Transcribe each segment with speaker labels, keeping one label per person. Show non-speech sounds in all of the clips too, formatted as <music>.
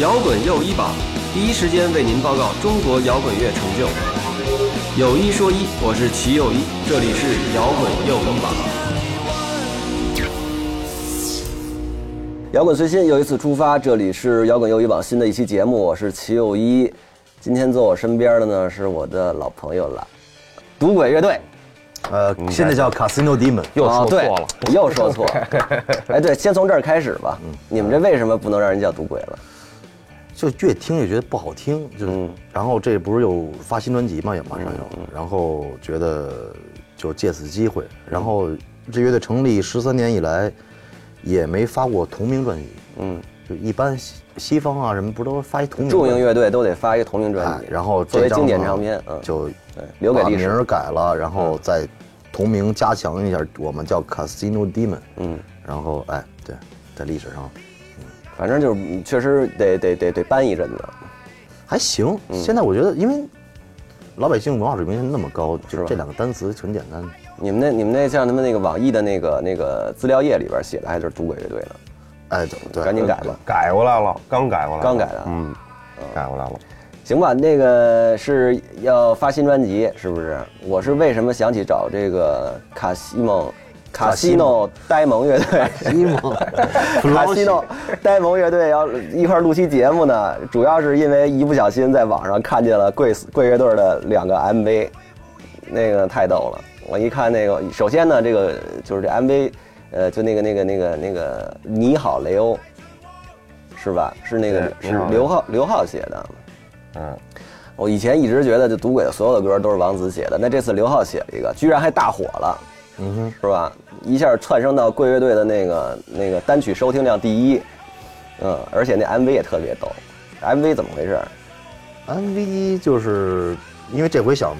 Speaker 1: 摇滚又一榜，第一时间为您报告中国摇滚乐成就。有一说一，我是齐又一，这里是摇滚又一榜。
Speaker 2: 摇滚随心又一次出发，这里是摇滚又一榜新的一期节目，我是齐又一。今天坐我身边的呢是我的老朋友了，赌鬼乐队。
Speaker 3: 呃，现在叫 Casino Demon，
Speaker 4: 又
Speaker 2: 啊
Speaker 4: 说
Speaker 2: 对
Speaker 4: 错了，
Speaker 2: 又说错了。
Speaker 4: <laughs>
Speaker 2: 哎，对，先从这儿开始吧。
Speaker 4: 嗯
Speaker 2: 你们这为什么不能让人叫赌鬼了？
Speaker 3: 就越听越觉得不好听，就是。
Speaker 2: 嗯
Speaker 3: 然后这不是有发新专辑嘛，也马上有，然后觉得就借此机会，然后这乐队成立十三年以来，也没发过同名专辑，嗯，就一般西西方啊什么不是都发一同名
Speaker 2: 著
Speaker 3: 专辑
Speaker 2: 名嗯乐队都得发一个同名专
Speaker 3: 哎
Speaker 2: 辑，，
Speaker 3: 嗯然后
Speaker 2: 作
Speaker 3: 这
Speaker 2: 为
Speaker 3: 张
Speaker 2: 经典
Speaker 3: 呢
Speaker 2: 唱片，嗯，
Speaker 3: 就
Speaker 2: 对留给
Speaker 3: 把
Speaker 2: 历
Speaker 3: 名
Speaker 2: 史。嗯
Speaker 3: 儿改了，然后再同名加强一下，我们叫 Casino Demon，
Speaker 2: 嗯，
Speaker 3: 然后哎，对，在历史上
Speaker 2: 反正就是嗯确实得得得得搬一阵子。
Speaker 3: 还行。现在我觉得，因为老百姓文化水平现在那么高，就这两个单词很简单。
Speaker 2: 你们那你们那像他们那个网易的那个那个资料页里边写的还就是赌鬼乐队呢，
Speaker 3: 哎，对，
Speaker 2: 赶紧改吧。
Speaker 4: 改过来了，刚改过来了，
Speaker 2: 刚改的
Speaker 4: 嗯，改过来了。
Speaker 2: 行吧，那个是要发新专辑是不是？我是为什么想起找这个卡西蒙、卡西诺 <laughs> 呆萌乐队？
Speaker 3: 西
Speaker 2: <laughs>
Speaker 3: 蒙，
Speaker 2: 卡西诺 <laughs> 呆萌乐队要一块儿录期节目呢，主要是因为一不小心在网上看见了贵死贵乐队的两个 MV，那个太逗了。我一看那个，首先呢，这个就是这 MV，呃，就那个那个那个那个你好雷欧，是吧？是那个
Speaker 4: 对
Speaker 2: 是
Speaker 4: 你好
Speaker 2: 刘浩刘浩写的。
Speaker 4: 嗯，
Speaker 2: 我以前一直觉得这赌鬼的所有的歌都是王子写的，那这次刘浩写了一个，居然还大火了，
Speaker 3: 嗯哼，
Speaker 2: 是吧？一下窜升到贵乐队的那个那个单曲收听量第一，嗯，而且那 MV 也特别逗，MV 怎么回事？
Speaker 3: MV E 就是因为这回想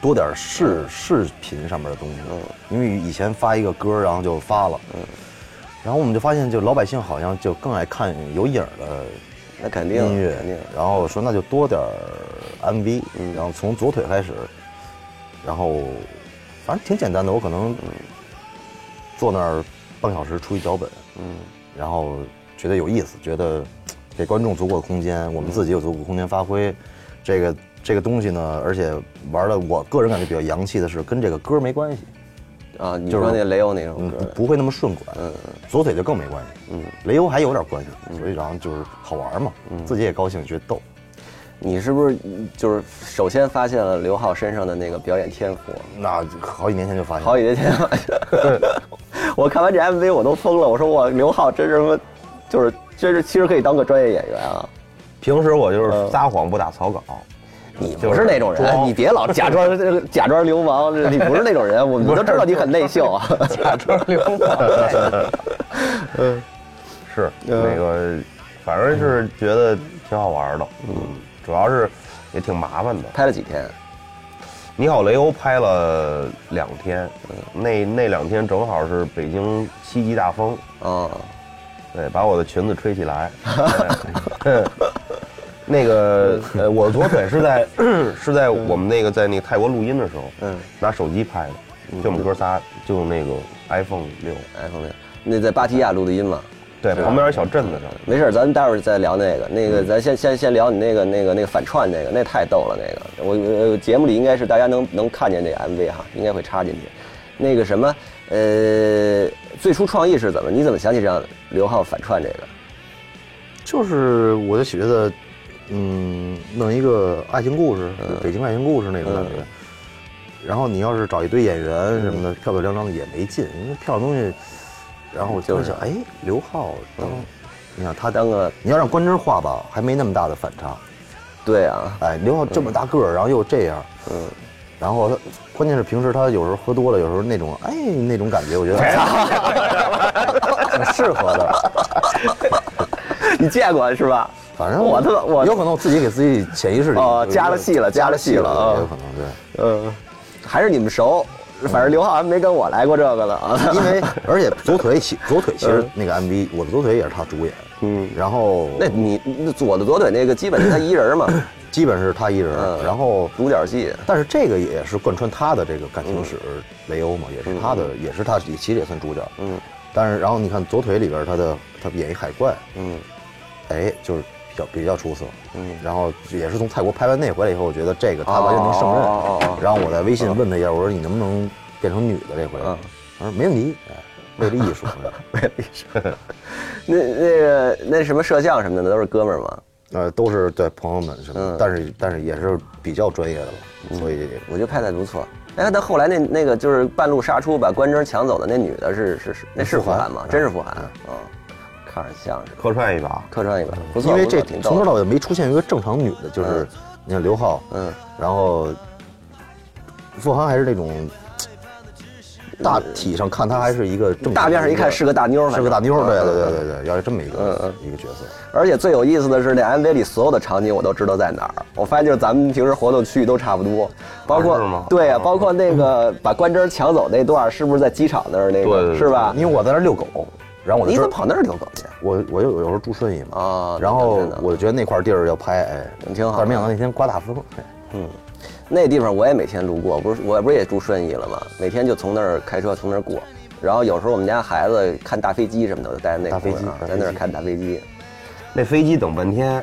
Speaker 3: 多点视视频上面的东西，因为以前发一个歌，然后就发了，然后我们就发现，就老百姓好像就更爱看有影儿的
Speaker 2: 那肯定，
Speaker 3: 音乐
Speaker 2: 肯定，，
Speaker 3: 然后说那就多点儿 MV，然后从左腿开始，然后反正挺简单的，我可能嗯坐那儿半个小时出一脚本，嗯，然后觉得有意思，觉得给观众足够的空间，我们自己有足够空间发挥，这个这个东西呢，而且玩的我个人感觉比较洋气的是跟这个歌没关系，
Speaker 2: 啊，你
Speaker 3: 就是
Speaker 2: 说那雷欧那首
Speaker 3: 嗯
Speaker 2: 歌，，
Speaker 3: 不会那么顺拐，左腿就更没关系，嗯，雷欧还有点关系，所以然后就是好玩嘛，自己也高兴，觉得逗。
Speaker 2: 你是不是就是首先发现了刘浩身上的那个表演天赋？
Speaker 3: 那好几年前就发现，
Speaker 2: 好几年前， <laughs> 我看完这 MV 我都疯了，我说我刘浩真是他妈，就是真是其实可以当个专业演员啊。
Speaker 4: 平时我就是撒谎不打草稿，
Speaker 2: 嗯你
Speaker 4: 就
Speaker 2: 不是那种人，啊
Speaker 4: 装
Speaker 2: 你别老假装这个假装流氓，这你不是那种人，我们都知道你很内秀啊。 <laughs>
Speaker 4: 假装流氓。嗯，是
Speaker 2: 嗯
Speaker 4: 那个，反正是觉得挺好玩的。嗯，主要是也挺麻烦的。
Speaker 2: 拍了几天？
Speaker 4: 你好，雷欧拍了两天，嗯那那两天正好是北京七级大风，
Speaker 2: 哦，
Speaker 4: 对，把我的裙子吹起来。对那个呃，我左腿是在是在我们那个在那个泰国录音的时候，
Speaker 2: 嗯
Speaker 4: 拿手机拍的，就我们哥仨就用那个 iPhone 六，
Speaker 2: ，iPhone 六，哎那在芭提雅录的音嘛。
Speaker 4: 对，旁
Speaker 2: 啊
Speaker 4: 边有小镇子上，
Speaker 2: 没事儿，咱待会儿再聊那个，那个咱先先先聊你那个那个那个反串那个，那太逗了那个。我我节目里应该是大家能能看见那个 MV 哈，应该会插进去。那个什么，呃，最初创意是怎么？你怎么想起让刘浩反串这个？
Speaker 3: 就是我就觉得，嗯，弄一个爱情故事，北京爱情故事那种感觉。然后你要是找一堆演员什么的，漂漂亮亮的也没劲，因为漂亮东西。然后我就想，哎，刘浩当，你想他当个，你要让关之画吧，还没那么大的反差。
Speaker 2: 对啊， <laughs>
Speaker 3: 哎，刘浩这么大个儿，然后又这样，嗯。然后他，关键是平时他有时候喝多了，有时候那种哎那种感觉，我觉得 <laughs> 挺适合的。
Speaker 2: 你见过是吧？
Speaker 3: 反正
Speaker 2: 我他妈我
Speaker 3: 有可能我自己给自己潜意识里
Speaker 2: 哦加了戏了加
Speaker 3: 呃加
Speaker 2: 了
Speaker 3: 了
Speaker 2: 戏
Speaker 3: 戏
Speaker 2: 了啊
Speaker 3: 了，有可能对，
Speaker 2: 呃，还是你们熟，反正刘浩还没跟我来过这个了啊。 <laughs>
Speaker 3: 因为而且左腿其左腿其实那个 MV 我的左腿也是他主演，嗯，然后
Speaker 2: 嗯那你那左的左腿那个基本是他一人 <laughs> 嘛，
Speaker 3: 基本是他一人
Speaker 2: 嗯，
Speaker 3: 然后
Speaker 2: 独角戏。
Speaker 3: 但是这个也是贯穿他的这个感情史，雷欧嘛，
Speaker 2: 嗯
Speaker 3: 也是他的，也是他也其实也算主角，嗯，但是然后你看左腿里边他的他演一海怪，嗯，哎，就是比较比较出色，嗯，然后也是从泰国拍完那回来以后，我觉得这个他完全能胜任，
Speaker 2: 哦哦哦哦
Speaker 3: 然后我在微信问他一下，我说你能不能变成女的这回？
Speaker 2: 嗯
Speaker 3: 他说没问题，哎，为
Speaker 2: <laughs>
Speaker 3: 了艺术，
Speaker 2: 那那个那什么摄像什么的都是哥们儿嘛，
Speaker 3: 呃，都是对朋友们什么
Speaker 2: 嗯
Speaker 3: 的，但是但是也是比较专业的了，所以
Speaker 2: 我觉得拍的不错。哎，但后来那那个就是半路杀出把关真抢走的那女的是是是那是
Speaker 3: 傅
Speaker 2: 傅
Speaker 3: 函
Speaker 2: 函吗？真是傅函啊，嗯看着像是
Speaker 4: 客串一把，
Speaker 2: 客串一把，不错，
Speaker 3: 因为
Speaker 2: 不错
Speaker 3: 这
Speaker 2: 挺逗
Speaker 3: 从头
Speaker 2: 的。
Speaker 3: 到尾没出现一个正常女的，就是
Speaker 2: 嗯
Speaker 3: 你看刘浩，
Speaker 2: 嗯，
Speaker 3: 然后傅航还是那
Speaker 2: 嗯
Speaker 3: 种大体上看他还是一个正常
Speaker 2: 大面上一看
Speaker 3: 个
Speaker 2: 是个大妞儿，
Speaker 3: 是个大妞儿，
Speaker 2: 反
Speaker 3: 对
Speaker 2: 正嗯
Speaker 3: 对对
Speaker 2: 嗯
Speaker 3: 对对，要是这么一个一个角色。
Speaker 2: 而且最有意思的是，那 MV 里所有的场景我都知道在哪儿。我发现就是咱们平时活动区域都差不多，包括、
Speaker 4: 啊是吗
Speaker 2: 对呀、
Speaker 4: 啊
Speaker 2: 包括那
Speaker 3: <laughs>
Speaker 2: 个把关真抢走那段儿，是不是在机场那儿那个
Speaker 4: 对对对
Speaker 2: 是吧？
Speaker 3: 因为我在那儿遛狗，然后我
Speaker 2: 啊
Speaker 3: 就
Speaker 2: 你怎么
Speaker 3: 知
Speaker 2: 跑那儿遛狗去？
Speaker 3: 我我有有时候住顺义嘛
Speaker 2: 啊
Speaker 3: 然后
Speaker 2: 真的
Speaker 3: 我就觉得那块地儿要拍，哎，
Speaker 2: 挺好的
Speaker 3: 但是没想到那天刮大风，哎
Speaker 2: 那地方我也每天路过，不是我不是也住顺义了吗？每天就从那儿开车从那儿过，然后有时候我们家孩子看大飞机什么的，我就带着那
Speaker 3: 大飞机
Speaker 2: 公园儿
Speaker 3: 大飞
Speaker 2: 啊在那儿
Speaker 3: 机
Speaker 2: 看大飞机，
Speaker 4: 那飞机等半天，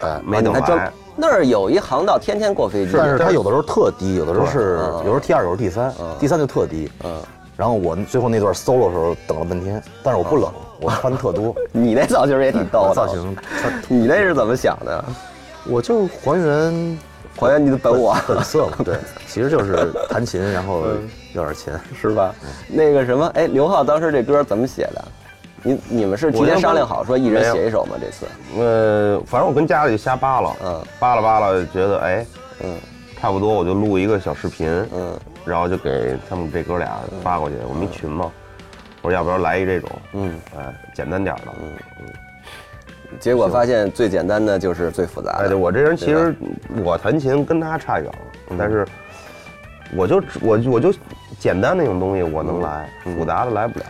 Speaker 4: 呃
Speaker 3: 哎，
Speaker 4: 没等
Speaker 2: 还
Speaker 4: 来
Speaker 2: 专。啊那儿有一航道，天天过飞机，
Speaker 3: 但是它啊有的时候特低，有的时候是
Speaker 2: 嗯嗯
Speaker 3: 有时候 T 二，有时候 T 三，T 三就特低。
Speaker 2: 嗯
Speaker 3: 然后我最后那段 solo 的时候等了半天，但是我不冷，我穿特多，
Speaker 2: 你那造型也挺逗
Speaker 3: 我
Speaker 2: 的，
Speaker 3: 造，型穿，
Speaker 2: <laughs> 你那是怎么想的？
Speaker 3: <laughs> 我就还原
Speaker 2: 还原你的本我。
Speaker 3: <laughs> 本色 <laughs> 嘛。对，其实就是弹琴，然后要点钱。
Speaker 2: 是吧？那个什么，哎，刘浩当时这歌怎么写的？你你们是提前商量好说一人写一首吗？这次
Speaker 4: 呃，反正我跟家里瞎扒拉，
Speaker 2: 嗯
Speaker 4: 扒拉扒拉，觉得哎，
Speaker 2: 嗯，
Speaker 4: 差不多，我就录一个小视频，
Speaker 2: 嗯，
Speaker 4: 然后就给他们这哥俩发过去。我们一群嘛，我说要不然来一这种，
Speaker 2: 嗯，
Speaker 4: 哎，简单点儿的，
Speaker 2: 结果发现最简单的就是最复杂
Speaker 4: 哎，对
Speaker 2: 的。
Speaker 4: 我这人其实我弹琴跟他差远了，
Speaker 2: 嗯
Speaker 4: 但是我就我我就简单那种东西我
Speaker 2: 嗯
Speaker 4: 能来，复杂的来不了。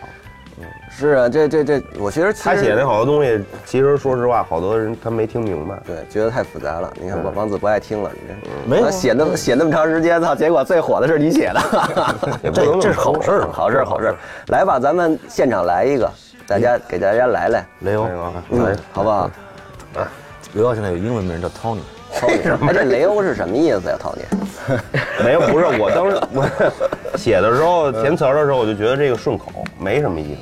Speaker 2: 是啊，这这这，我其实
Speaker 4: 他写那
Speaker 2: 好，
Speaker 4: 好多东西，其实说实话，好多人他没听明白。
Speaker 2: 对，觉得太复杂了。你看王王子不爱听了，你这
Speaker 3: 没有啊
Speaker 2: 写那么写那么长时间，操，结果最火的是你写的，
Speaker 4: 也不能么
Speaker 3: 这是好事儿嘛
Speaker 2: 好事儿好事儿。来吧，咱们现场来一个，大家给大家来来，
Speaker 3: 雷欧啊
Speaker 4: 哎，呦
Speaker 2: 嗯，好不好？
Speaker 3: 雷欧现在有英文名叫 Tony，
Speaker 2: 哎，这雷欧是什么意思呀，陶尼？
Speaker 4: 没有，不是我当时我 <laughs> 写的时候填词儿的时候，我就觉得这个顺口，没什么意思。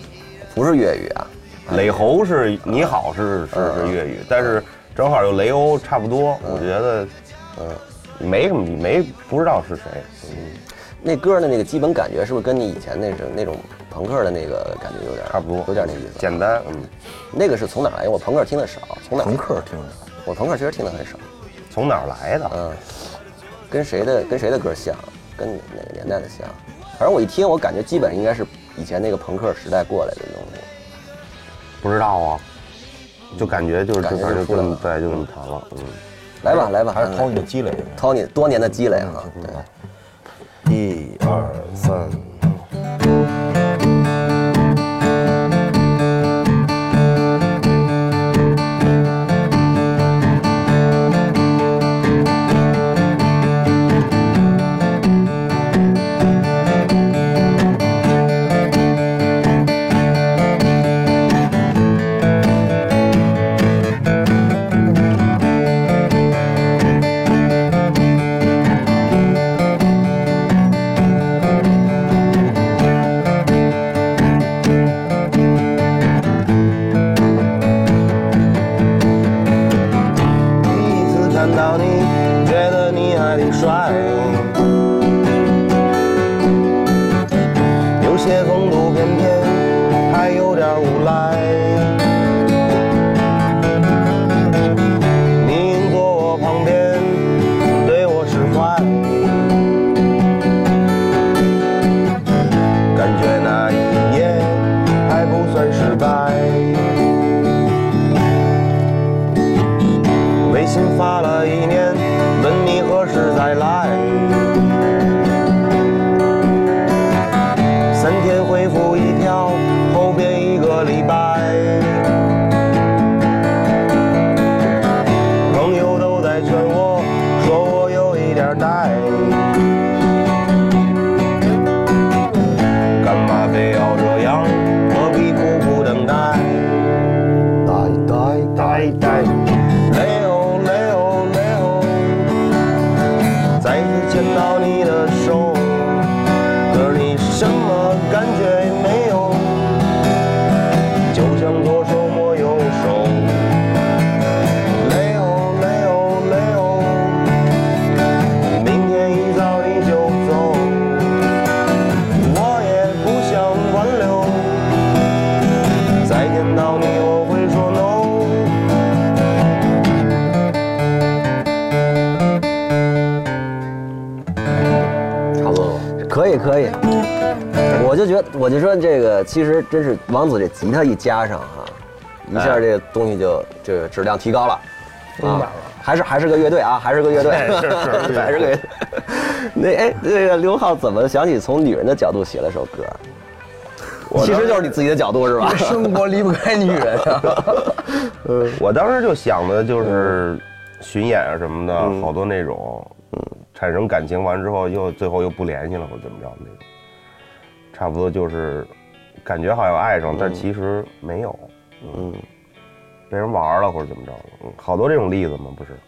Speaker 2: 不是粤语啊？
Speaker 4: 磊猴是你好是
Speaker 2: 嗯
Speaker 4: 是是粤语，但是正好又雷欧差不多，我觉得，嗯，没什么没不知道是谁，
Speaker 2: 那歌的那个基本感觉是不是跟你以前那种那种朋克的那个感觉有点
Speaker 4: 差不多
Speaker 2: 有点那意思。
Speaker 4: 简单，嗯，
Speaker 2: 那个是从哪儿来？我朋克听的少，从哪儿来
Speaker 3: 朋克听着。
Speaker 2: 我朋克其实听的很少。
Speaker 4: 从哪儿来的？
Speaker 2: 嗯，跟谁的跟谁的歌像？跟哪个年代的像？反正我一听，我感觉基本应该是以前那个朋克时代过来的东西。
Speaker 4: 不知道啊，就感觉就是
Speaker 2: 感
Speaker 4: 这
Speaker 2: 觉
Speaker 4: 块
Speaker 2: 就
Speaker 4: 就
Speaker 2: 出来
Speaker 4: 这
Speaker 2: 了
Speaker 4: 么对，就这么弹了，嗯，
Speaker 2: 来吧，来吧，
Speaker 3: 还是
Speaker 2: 来
Speaker 3: Tony 嗯的积累。
Speaker 2: Tony 多年的积累啊，对，
Speaker 3: 一二三。
Speaker 4: 第一次看到你，觉得你还挺帅，有些风度翩翩，还有点无赖。你硬坐我旁边，对我使坏，感觉那一夜还不算失败。微信发了一年，问你何时再来。三天回复一条，后边一个礼拜。朋友都在劝我，说我有一点呆。干嘛非要这样？何必苦苦等待？呆呆呆呆。雷
Speaker 2: 以可以。我就觉得，我就说这个，其实真是王子这吉他一加上哈、一下这个东西就这个质量提高了，啊
Speaker 5: 丰满了哎
Speaker 2: 还是还是个乐队啊，还是个乐队，
Speaker 4: 是
Speaker 2: <laughs>
Speaker 4: 是
Speaker 2: 还是个乐队。那哎，那个刘浩怎么想起从女人的角度写了首歌？其实就是你自己的角度是吧？
Speaker 5: <laughs> 生活离不开女人啊。
Speaker 4: 我当时就想的
Speaker 2: 嗯
Speaker 4: 就是巡演啊什么的，好多那种产生感情完之后又最后又不联系了或者怎么着那种，差不多就是感觉好像爱上，
Speaker 2: 嗯
Speaker 4: 但其实没有，嗯，被人玩了或者怎么着，嗯，好多这种例子嘛，不是？
Speaker 2: <laughs>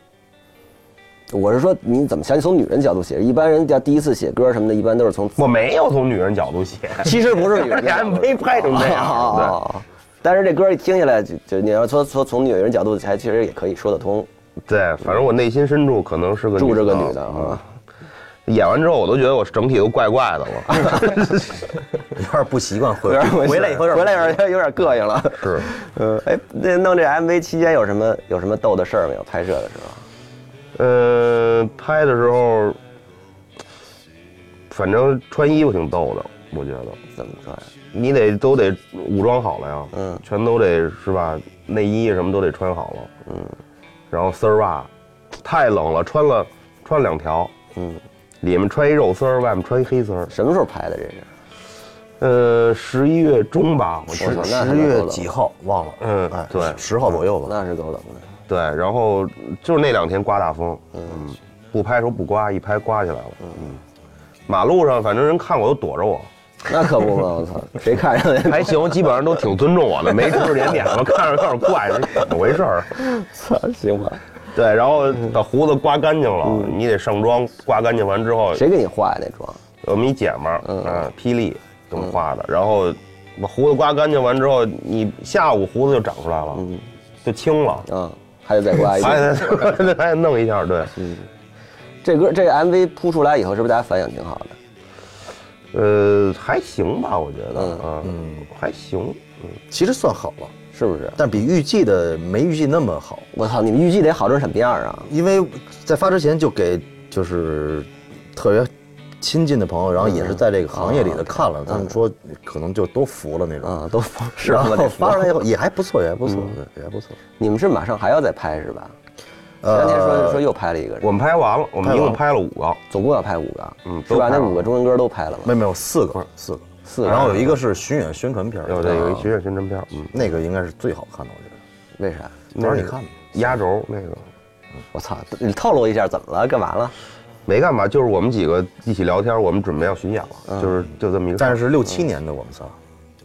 Speaker 2: 我是说你怎么想起从女人角度写？一般人家第一次写歌什么的，一般都是
Speaker 5: <laughs>
Speaker 2: 从
Speaker 4: 我没有从女人角度
Speaker 2: <laughs>
Speaker 4: 写， <laughs>
Speaker 2: 其实不是女人的角度，
Speaker 4: 没拍成这样，对。
Speaker 2: 哦，但是这歌一听下来，就就你要说说从女人角度，还确实也可以说得通，
Speaker 4: 对，反正我内心深处可能是个
Speaker 2: 住着个
Speaker 4: 的嗯
Speaker 2: 女的啊，
Speaker 4: 演完之后，我都觉得我整体都怪怪的了。
Speaker 2: <laughs>
Speaker 3: 有点不习惯回
Speaker 2: 有点
Speaker 3: 回来以后有
Speaker 2: <laughs>
Speaker 3: 点
Speaker 2: 回来有点有点膈应了。
Speaker 4: 是，
Speaker 2: <laughs> 嗯，哎，那弄这 MV 期间有什么有什么逗的事儿没有？拍摄的时候，
Speaker 4: 呃，拍的时候，反正穿衣服挺逗的，我觉得
Speaker 2: 怎么说呀？
Speaker 4: 你得都得武装好了呀，
Speaker 2: 嗯，
Speaker 4: 全都得是吧？内衣什么都得穿好了，嗯，然后丝儿袜，太冷了，穿了穿了两条，
Speaker 2: 嗯，
Speaker 4: 里面穿一肉丝儿，外面穿一黑丝儿。
Speaker 2: 什么时候拍的这是？
Speaker 4: 呃，十一月中吧，我觉
Speaker 2: 我操
Speaker 4: 得，
Speaker 2: 那
Speaker 3: 十月几号忘了，
Speaker 4: 嗯
Speaker 3: 哎
Speaker 4: 对
Speaker 3: 十号左右吧。
Speaker 2: 那是够冷的，
Speaker 4: 对，然后就是那两天刮大风，嗯，不拍时候不刮，一拍刮起来了，嗯，马路上反正人看我都躲着我，
Speaker 2: 那可不嘛！我操，谁看上 <laughs> 的？
Speaker 4: <laughs> 还行，基本上都挺尊重我的，没指指点点的，看着有点怪，这怎么回事儿？
Speaker 2: 操，行吧？
Speaker 4: 对，然后把胡子刮干净了，你得上妆，刮干净完之后，
Speaker 2: 谁给你画呀那妆？
Speaker 4: 我们一姐们儿，嗯、霹雳给我们画的，然后把胡子刮干净完之后，你下午胡子就长出来了，就青了，
Speaker 2: 啊，还得再刮一 <laughs>
Speaker 4: 还
Speaker 2: 遍。
Speaker 4: 得还得 <laughs> 弄一下，对，
Speaker 2: 这歌这 MV 铺出来以后，是不是大家反应挺好的？
Speaker 4: 呃，还行吧，我觉得，
Speaker 2: 嗯
Speaker 4: 啊，还行，
Speaker 3: 其实算好了，
Speaker 2: 是不是？
Speaker 3: 但比预计的没预计那么好，
Speaker 2: 我操，你们预计得好成什么样啊？
Speaker 3: 因为在发之前就给就是特别亲近的朋友，然后也是在这个行业里的看了，他们说可能就都服了那种。
Speaker 2: 啊，都发是 <laughs>
Speaker 3: 然后
Speaker 2: 吧？
Speaker 3: 发出来以后也还不错，也还不错，对也还不错。
Speaker 2: 你们是马上还要再拍是吧？前
Speaker 3: 呃
Speaker 2: 两天说说又拍了一个，
Speaker 4: 我们拍完了，我们一共拍了五个，
Speaker 2: 总共要拍五个，
Speaker 4: 嗯
Speaker 2: 是吧？
Speaker 4: 都拍
Speaker 2: 那
Speaker 4: 了
Speaker 2: 五个中文歌都拍了
Speaker 3: 没
Speaker 2: 吗？
Speaker 3: 有没有四个四个
Speaker 2: 四个
Speaker 3: 然后有一个是巡演宣传片儿，
Speaker 4: 有的有一巡演宣传片，嗯，
Speaker 3: 那个应该是最好看的，我觉得。
Speaker 2: 为啥？
Speaker 3: 那会儿你看吧，
Speaker 4: 压轴那个
Speaker 2: 我操！你透露一下怎么了？干嘛了？
Speaker 4: 没干嘛，就是我们几个一起聊天，我们准备要巡演
Speaker 2: 嗯
Speaker 4: 了，就是就这么一个事儿。
Speaker 3: 但是六七年的我们仨，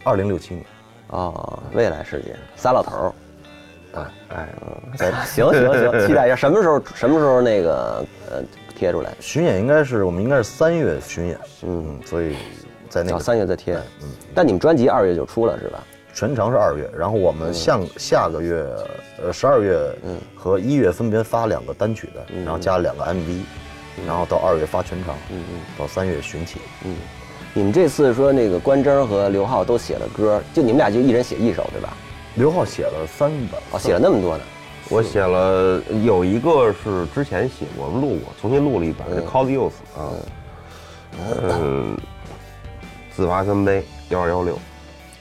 Speaker 3: 二零六七年，
Speaker 2: 哦，未来世界，仨老头儿。
Speaker 4: 哎，
Speaker 2: 行行行，期待一下，什么时候什么时候那个呃贴出来？
Speaker 3: 巡演应该是我们应该是三月巡演，嗯，所以在那
Speaker 2: 到哦
Speaker 3: 个
Speaker 2: 三月再贴。但你们专辑二月就出了是吧？
Speaker 3: 全长是二月，然后我们下下个月呃十二月和一月分别发两个单曲的，然后加两个 MV，然后到二月发全长，到三月巡起，
Speaker 2: 你们这次说那个关征和刘浩都写了歌，就你们俩就一人写一首对吧？
Speaker 3: 刘浩写了三版，
Speaker 2: 哦，写了那么多呢。
Speaker 4: 我写了有一个是之前写过，我们录过，重新录了一版，叫《Call the Youth》啊，
Speaker 2: 嗯
Speaker 4: 嗯，自罚三杯幺二幺六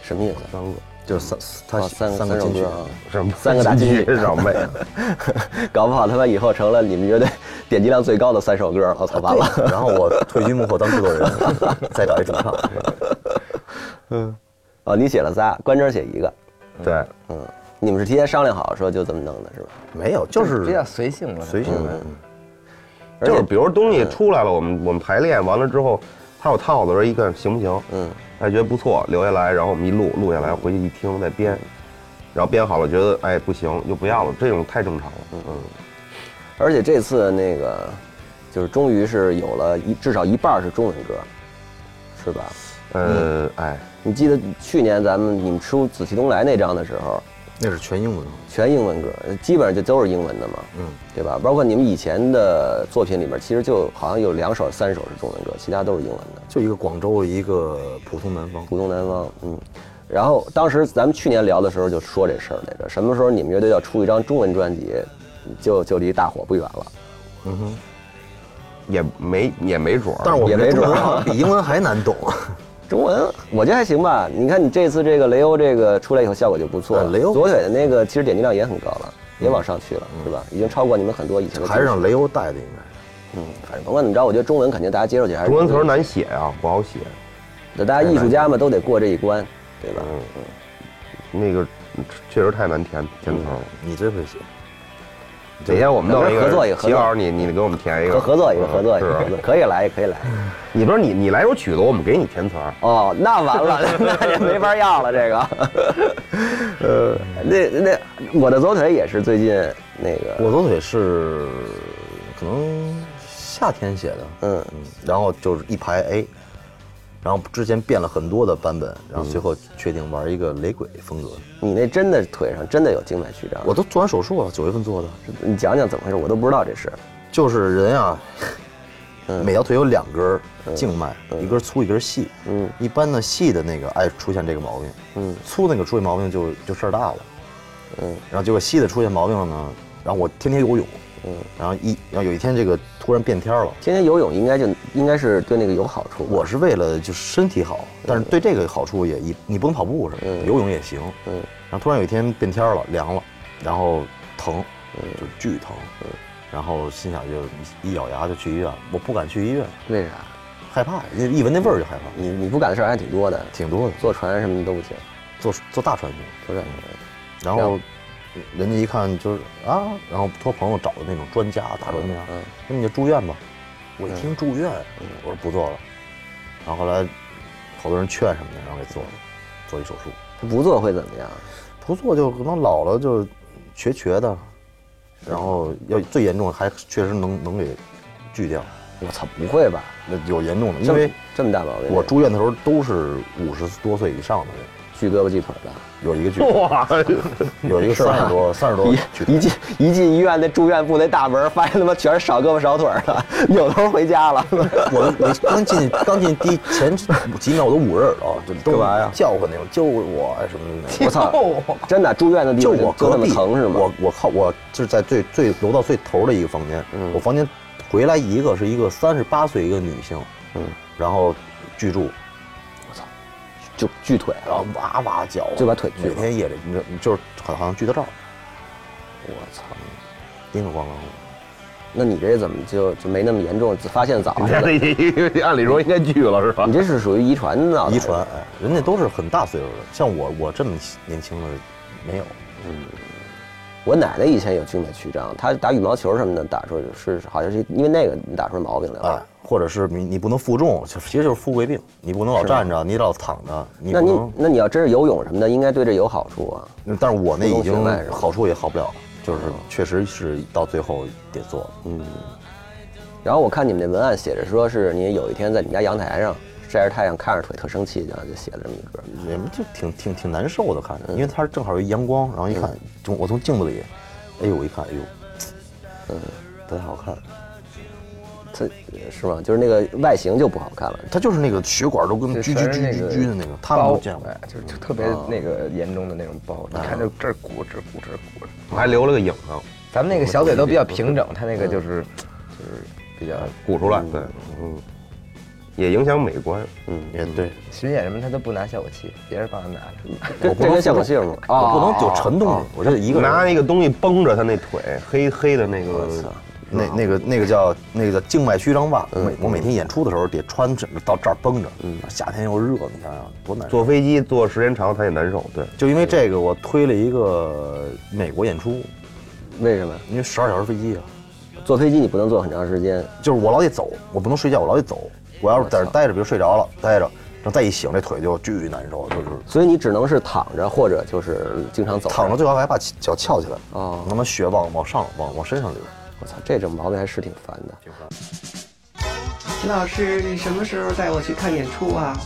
Speaker 2: 什么意思？
Speaker 4: 三个
Speaker 3: 就三他
Speaker 2: 哦
Speaker 3: 写
Speaker 2: 三个
Speaker 3: 三个
Speaker 2: 首
Speaker 3: 金曲
Speaker 2: 歌，啊，
Speaker 4: 什么
Speaker 2: 三个大金曲
Speaker 4: 长辈，
Speaker 2: <laughs> 搞不好他妈以后成了你们乐队点击量最高的三首歌了，我操，完了。
Speaker 3: <laughs> 然后我退居幕后当制作人，再找一主唱，
Speaker 2: 哦，你写了仨，关真写一个，
Speaker 4: 对，
Speaker 2: 嗯，你们是提前商量好说就这么弄的是吧？
Speaker 3: 没有，就是
Speaker 5: 比较随性了。
Speaker 3: 随性的。
Speaker 2: 而
Speaker 4: 就
Speaker 2: 且嗯
Speaker 4: 是比如东西出来了，我们我们排练完了之后，他有套子的时候一看行不行？嗯，哎觉得不错，留下来，然后我们一录录下来，回去一听再
Speaker 2: 嗯
Speaker 4: 编，然后编好了觉得哎不行就不要了，这种太正常了。嗯，
Speaker 2: 而且这次那个就是终于是有了一至少一半是中文歌，是吧？嗯
Speaker 4: 呃，哎，
Speaker 2: 你记得去年咱们你们出《紫气东来》那张的时候，
Speaker 3: 那是全英文，
Speaker 2: 全英文歌，呃基本上就都是英文的嘛，嗯，对吧？包括你们以前的作品里面，其实就好像有两首、三首是中文歌，其他都是英文的。
Speaker 3: 就一个广州，一个普通南方。
Speaker 2: 浦东南方，嗯。然后当时咱们去年聊的时候就说这事儿来着，什么时候你们乐队要出一张中文专辑，就就离大火不远了。嗯哼。
Speaker 4: 也没也没准儿。
Speaker 3: 但是我
Speaker 2: 也
Speaker 3: 们
Speaker 2: 没
Speaker 3: 这中
Speaker 2: 准儿
Speaker 3: 文好像比英文还难懂。啊
Speaker 2: 中文我觉得还行吧。你看你这次这个雷欧这个出来以后效果就不错了，
Speaker 3: 啊雷欧嗯
Speaker 2: 左腿的那个其实点击量也很高了，也往上去了，是吧？已经超过你们很多以前的。
Speaker 3: 还是让，雷欧带的，应该是。
Speaker 2: 反正甭管怎么着，我觉得中文肯定大家接受起来还是
Speaker 4: 中文词儿难写啊，不好写。
Speaker 2: 那大家艺术家嘛都得过这一关，对吧？
Speaker 4: 那个确实太难填填词儿了。
Speaker 2: 嗯
Speaker 3: 你真会写，
Speaker 4: 哪天我们弄一个
Speaker 2: 合作一个合作
Speaker 4: 齐老师你你给我们
Speaker 3: 哎
Speaker 4: 填一
Speaker 2: 合
Speaker 4: 个嗯
Speaker 2: 合作一个，合作一个，合
Speaker 4: 是
Speaker 3: 啊
Speaker 2: 作
Speaker 4: 吧
Speaker 2: 可以来，可以来。
Speaker 4: 你不是你你来首曲子，我们给你填词儿。
Speaker 2: 哦，那完了，
Speaker 3: <laughs>
Speaker 2: 那这没法要了，这个。呃，那那我的左腿也是最近那个，
Speaker 3: 我左腿是可能夏天写的，
Speaker 2: 嗯
Speaker 3: 嗯，然后就是一排 A，然后之前变了很多的版本，然后最后确定玩一个雷鬼风格。
Speaker 2: 你那真的腿上真的有静脉曲张，
Speaker 3: 我都做完手术了，九月份做的，
Speaker 2: 你讲讲怎么回事，我都不知道这事。
Speaker 3: 就是人啊，每条腿有两根儿静脉，一根儿粗一根儿细，嗯，一般呢细的那个爱出现这个毛病，嗯，粗那个出现毛病就就事儿大了，嗯，然后结果细的出现毛病了呢，然后我天天游泳，嗯，然后一然后有一天这个突然变天儿了。
Speaker 2: 天天游泳应该就应该是对那个有好处吧。
Speaker 3: 我是为了就是身体好，但是对这个好处也一你不能跑步是吧？游泳也行。嗯，然后突然有一天变天了，凉了，然后疼，就巨疼。然后心想就一一咬牙就去医院，我不敢去医院，
Speaker 2: 为啥？
Speaker 3: 害怕，一一闻那味儿就害怕，
Speaker 2: 你你不敢的事儿还挺多的，
Speaker 3: 挺多的。
Speaker 2: 坐船什么的都不行，
Speaker 3: 坐坐大船去，
Speaker 2: 都这样。
Speaker 3: 然后人家一看就是啊，然后托朋友找的那种专家大专家，那你就住院吧。我一听住院，我说不做了。然后后来好多人劝什么的，然后给做了，做一手术。
Speaker 2: 他不做会怎么样？
Speaker 3: 不做就可能老了就瘸瘸的，然后要最严重还确实能能给锯掉，
Speaker 2: 我操，不会吧？
Speaker 3: 那有严重的，
Speaker 2: 这
Speaker 3: 因
Speaker 2: 么
Speaker 3: 为
Speaker 2: 这么大毛病，
Speaker 3: 我住院的时候都是五十多岁以上的人，
Speaker 2: 锯胳膊锯腿的。
Speaker 3: 有一个锯，
Speaker 4: 哦 <laughs>
Speaker 3: 有一个三十多三十多锯
Speaker 2: 一进一进医院那住院部那大门，发现他妈全是少胳膊少腿儿的，扭头回家了。 <laughs>
Speaker 3: 我我刚进刚进第前几秒我都捂着耳朵，就都
Speaker 2: 干嘛呀
Speaker 3: 叫唤那种救我啊什么的那种。
Speaker 2: 我操，真的住院的地
Speaker 3: 就
Speaker 2: 方 <laughs>
Speaker 3: 我
Speaker 2: 就
Speaker 3: 隔
Speaker 2: 那么
Speaker 3: 壁
Speaker 2: 疼是吗？
Speaker 3: 我我靠，我是在最最楼道最头的一个房间，
Speaker 2: 嗯
Speaker 3: 我房间回来一个是一个三十八岁一个女性，嗯，然后巨住，
Speaker 2: 就锯腿
Speaker 3: 然后哇哇叫，啊
Speaker 2: 就把腿锯了
Speaker 3: 每天夜里你就是好像锯到这儿，我操，叮了咣啷
Speaker 2: 哎
Speaker 3: 的，
Speaker 2: 那你这怎么就就没那么严重？发现早是吧？
Speaker 4: <laughs> 按理说应该拒了是吧
Speaker 2: 你？这是属于遗传的脑袋
Speaker 3: 遗传，哎，人家都是很大岁数的，像我我这么年轻的没有，
Speaker 2: 我奶奶以前有静脉曲张，她打羽毛球什么的打出是好像是因为那个打出毛病来
Speaker 3: 哎
Speaker 2: 了。，
Speaker 3: 或者是你你不能负重，其实其实就是富贵病，你不能老站着，你老躺着，你
Speaker 2: 那
Speaker 3: 不
Speaker 2: 你
Speaker 3: 能。
Speaker 2: 那你要真是游泳什么的，应该对这有好处啊。
Speaker 3: 嗯但是我那已
Speaker 2: 不能学外人
Speaker 3: 经好处也好不了，就是确实是到最后得做。嗯，
Speaker 2: 然后我看你们那文案写着说是你有一天在你们家阳台上晒着太阳，看着腿特生气，然后就写了这么一歌。
Speaker 3: 也就挺挺挺难受的，看着，因为它是正好有阳光，然后一看，从我从镜子里，哎呦，我一看，哎呦，不太好看，
Speaker 2: 它是吗？就是那个外形就不好看了。
Speaker 3: 它就是那个血管都跟
Speaker 5: 就
Speaker 3: 狙
Speaker 5: 全
Speaker 3: 狙
Speaker 5: 是
Speaker 3: 狙
Speaker 5: 那个
Speaker 3: 狙狙的那个，他们都
Speaker 5: 包
Speaker 3: 见过
Speaker 5: 哎，就是就特别那个严重的那种包，你看就这儿鼓这儿鼓这儿鼓。
Speaker 4: 我还留了个影呢，
Speaker 5: 咱们那个小腿都比较平整，他那个就是就是比较
Speaker 4: 呃鼓出来。对，嗯，也影响美观。
Speaker 3: 嗯也对，
Speaker 5: 巡演什么他都不拿效果器，别人帮他拿着。
Speaker 2: 跟这跟效果器有什么？
Speaker 3: 我
Speaker 2: 啊
Speaker 3: 不能有沉动力，我就一个人
Speaker 4: 拿那个东西绷着他那腿，黑黑的那个，
Speaker 3: 那那
Speaker 2: 嗯
Speaker 3: 个那个叫那个叫静脉曲张袜，我每我每天演出的时候得穿整个到这儿绷着，
Speaker 2: 嗯
Speaker 3: 夏天又热，你想想多难受。
Speaker 4: 坐飞机坐时间长他也难受。对，
Speaker 3: 就因为这个，我推了一个美国演出，
Speaker 2: 为什么？
Speaker 3: 因为十二小时飞机啊，
Speaker 2: 坐飞机你不能坐很长时间，
Speaker 3: 就是我老得走，我不能睡觉，我老得走。我要是在这儿待着，比如睡着了，待着，然后再一醒，这腿就巨难受，就是
Speaker 2: 所以你只能是躺着或者就是经常走。
Speaker 3: 躺着最好还把脚翘起来，
Speaker 2: 哦
Speaker 3: 能把血往往上往往身上流。
Speaker 2: 我操，这种毛病还是挺烦的。
Speaker 6: 秦老师，你什么时候带我去看演出啊？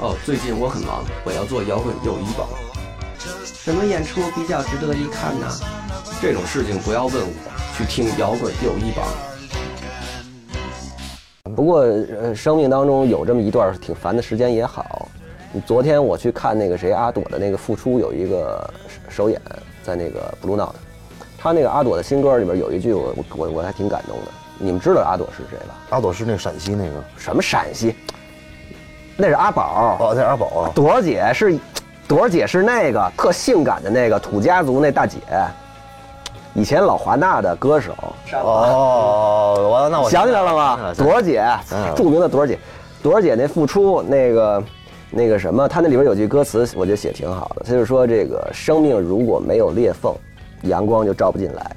Speaker 1: 哦，最近我很忙，我要做摇滚又医保。
Speaker 6: 什么演出比较值得一看呢？
Speaker 1: 这种事情不要问我，去听摇滚又一榜。
Speaker 2: 不过，呃，生命当中有这么一段挺烦的时间也好。昨天我去看那个谁阿朵的那个复出有一个首演，在那个 Blue Note，他那个阿朵的新歌里边有一句我我我我还挺感动的，你们知道阿朵是谁吧？
Speaker 3: 阿朵是那陕西那个，
Speaker 2: 什么陕西？那是阿宝，
Speaker 3: 哦，那阿宝啊，
Speaker 2: 朵儿姐是，朵儿姐是那个特性感的那个土家族那大姐，以前老华纳的歌手，
Speaker 3: 哦，完了，那我
Speaker 2: 哦想起来了吗？朵儿姐
Speaker 3: 嗯，
Speaker 2: 著名的朵儿姐，朵儿姐那付出那个那个什么，她那里边有句歌词，我觉得写挺好的，她就说这个生命如果没有裂缝，阳光就照不进来。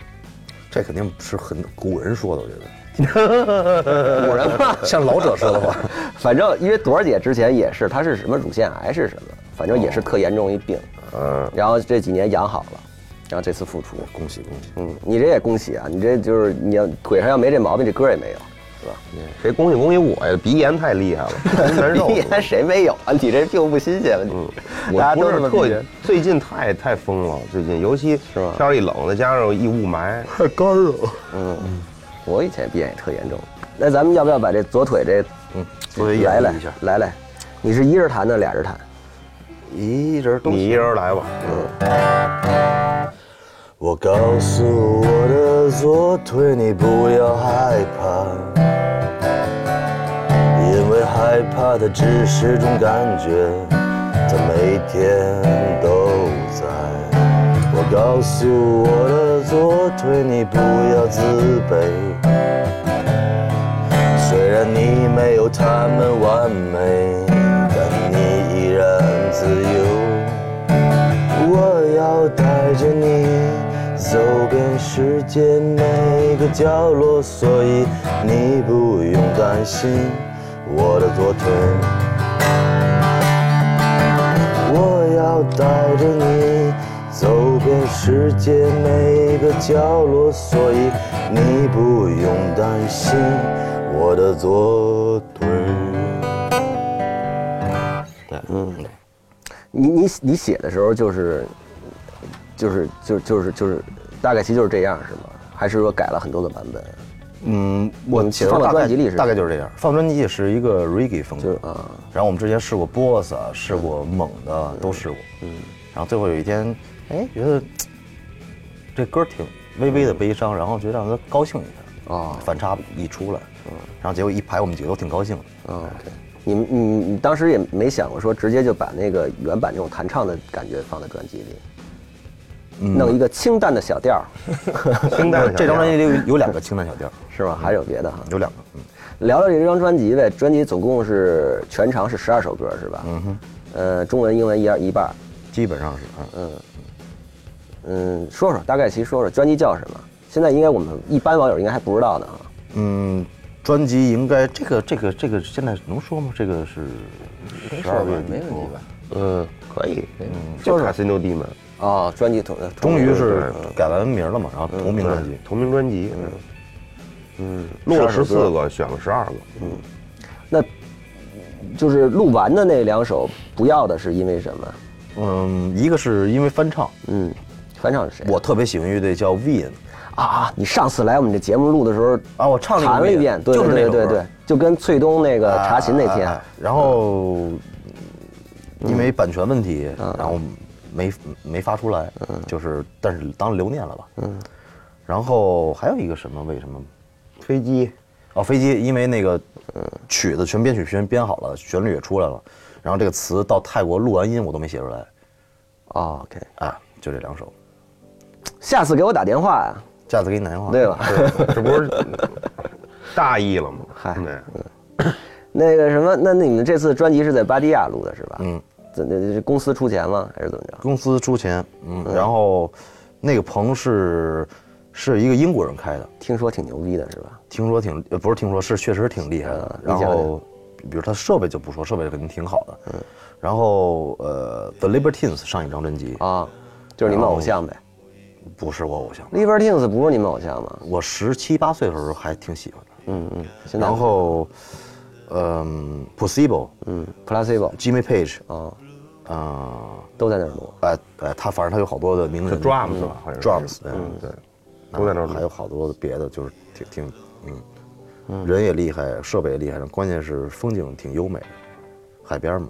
Speaker 2: <laughs>
Speaker 3: 这肯定是很古人说的，我觉得 <laughs>
Speaker 2: 古人嘛，
Speaker 3: 像老者说的话。
Speaker 2: 反正因为朵儿姐之前也是，她是什么乳腺癌是什么，反正也是特严重一病，
Speaker 4: 嗯，
Speaker 2: 然后这几年养好了，然后这次复出，
Speaker 3: <laughs> 恭喜恭喜，
Speaker 2: 嗯，你这也恭喜啊，你这就是你要腿上要没这毛病，这歌也没有，
Speaker 4: 谁恭喜恭喜我呀？鼻炎太厉
Speaker 2: <laughs>
Speaker 4: 害了，难
Speaker 2: 嗯
Speaker 4: 受。
Speaker 2: 鼻炎谁没有啊？你这病不新鲜了，
Speaker 4: 嗯
Speaker 2: 你 <laughs> 大家
Speaker 4: 我不
Speaker 2: 都
Speaker 4: 是
Speaker 2: 这么鼻
Speaker 4: 特
Speaker 2: 炎
Speaker 4: 最近太太疯了，最近尤其
Speaker 2: 吧
Speaker 4: 天儿一冷，再加上一
Speaker 2: <laughs>
Speaker 4: 雾霾，
Speaker 3: 太干了。
Speaker 2: 我以前鼻炎也特严重。那咱们要不要把这左腿这，嗯，
Speaker 3: 左腿演
Speaker 2: 来
Speaker 3: 绎
Speaker 2: 来
Speaker 3: 一下
Speaker 2: 来来，你是一人弹的俩人弹？
Speaker 3: 一人都
Speaker 4: 你一人来吧。
Speaker 3: 我告诉我的左腿，你不要害怕，因为害怕的只是种感觉，它每天都在。我告诉我的左腿，你不要自卑。虽然你没有他们完美，但你依然自由。我要带着你走遍世界每个角落，所以你不用担心我的左腿。我要带着你走遍世界每个角落，所以你不用担心我的左腿。
Speaker 2: 你你你写的时候就是，就是就是就是就是，大概其实就是这样是吗？还是说改了很多个版本？
Speaker 3: 嗯，
Speaker 2: 你
Speaker 3: 我
Speaker 2: 写放专辑里是
Speaker 3: 大概就是这样。放专辑是一个 reggae 风
Speaker 2: 就
Speaker 3: 格
Speaker 2: 是啊
Speaker 3: 然后我们之前试过波萨，试过猛的，都试过。嗯，然后最后有一天，哎，觉得嘖这歌挺微微的悲伤，然后觉得让他高兴一下
Speaker 2: 哦
Speaker 3: 反差一出来，然后结果一排我们几个都挺高兴的。
Speaker 2: 哦，对，你们你你当时也没想过说直接就把那个原版这种弹唱的感觉放在专辑里，
Speaker 3: 嗯
Speaker 2: 弄一个清淡的小
Speaker 3: <laughs>
Speaker 2: 调儿，
Speaker 4: 清淡的小
Speaker 3: 这张
Speaker 4: 调
Speaker 3: 专辑里有有两个清淡小调，
Speaker 2: 是吧？还有别的哈？
Speaker 3: 有两个，嗯，
Speaker 2: 聊聊这张专辑呗，专辑总共是全长是十二首歌是吧？嗯哼，呃，中文英文一二一半儿，
Speaker 3: 基本上是嗯，
Speaker 2: 嗯，说说大概其说说专辑叫什么？现在应该我们一般网友应该还不知道呢啊。
Speaker 3: 嗯，专辑应该这个这个这个现在能说吗？这个是十二月底出吧？
Speaker 4: 嗯，可以，就卡西诺蒂们
Speaker 2: 哦，专辑同
Speaker 3: 终于是改完名了嘛，然后同名专辑。
Speaker 4: 同名专辑，嗯，
Speaker 2: 嗯
Speaker 4: 录了十四个，选了十二个，
Speaker 2: 那，就是录完的那两首不要的是因为什么？
Speaker 3: 嗯，一个是因为翻唱，
Speaker 2: 嗯，翻唱是谁？
Speaker 3: 我特别喜欢乐队叫 Vin
Speaker 2: 啊啊！你上次来我们这节目录的时候
Speaker 3: 啊，我唱那个
Speaker 2: 弹了一
Speaker 3: Win，
Speaker 2: 遍，对
Speaker 3: 就是那
Speaker 2: 对
Speaker 3: 首
Speaker 2: 对
Speaker 3: 歌
Speaker 2: 对，就跟翠东那个查琴那天，
Speaker 3: 啊啊啊嗯然后因为版权问题，然后没没发出来，就是但是当留念了吧。嗯，然后还有一个什么？为什么？
Speaker 4: 飞机，
Speaker 3: 哦，飞机，嗯因为那个曲子全编曲全编好了，旋律也出来了，然后这个词到泰国录完音我都没写出来，
Speaker 2: 哦，OK，
Speaker 3: 啊，就这两首。
Speaker 2: 下次给我打电话呀、
Speaker 3: 下次给你打电话，
Speaker 2: 对吧？
Speaker 4: 这不
Speaker 2: <laughs>
Speaker 4: 是大意了吗？
Speaker 2: 嗨
Speaker 4: 对，
Speaker 2: 那个什么，那你们这次专辑是在巴迪亚录的是吧？
Speaker 3: 嗯，
Speaker 2: 怎那公司出钱吗？还是怎么着？
Speaker 3: 公司出钱，嗯，然后那个棚是是一个英国人开的，
Speaker 2: 听说挺牛逼的是吧？
Speaker 3: 听说挺呃不是听说是确实挺厉害
Speaker 2: 嗯。
Speaker 3: 的然
Speaker 2: 你讲
Speaker 3: 后比如他设备就不说，设备肯定挺好的。
Speaker 4: 嗯
Speaker 3: 然后呃，The Libertines 上一张专辑
Speaker 2: 啊，就是你们偶像呗。
Speaker 3: 不是我偶像，
Speaker 2: Libertines 不是你们偶像吗？
Speaker 3: 我十七八岁的时候还挺喜欢的。
Speaker 2: 嗯嗯。现在
Speaker 3: 然后嗯，Possible、
Speaker 2: 嗯，Placebo
Speaker 3: Jimmy Page
Speaker 2: 啊，
Speaker 3: 啊，
Speaker 2: 都在那儿录。
Speaker 3: 哎哎，他反正他有好多的名
Speaker 4: 是
Speaker 3: 人
Speaker 4: drums 吧，好像是
Speaker 3: drums 对
Speaker 4: 嗯对，都在那儿
Speaker 3: 还
Speaker 4: 录。
Speaker 3: 有好多别的，就是挺挺嗯，人也厉害，设备也厉害，关键是风景挺优美的，海边嘛。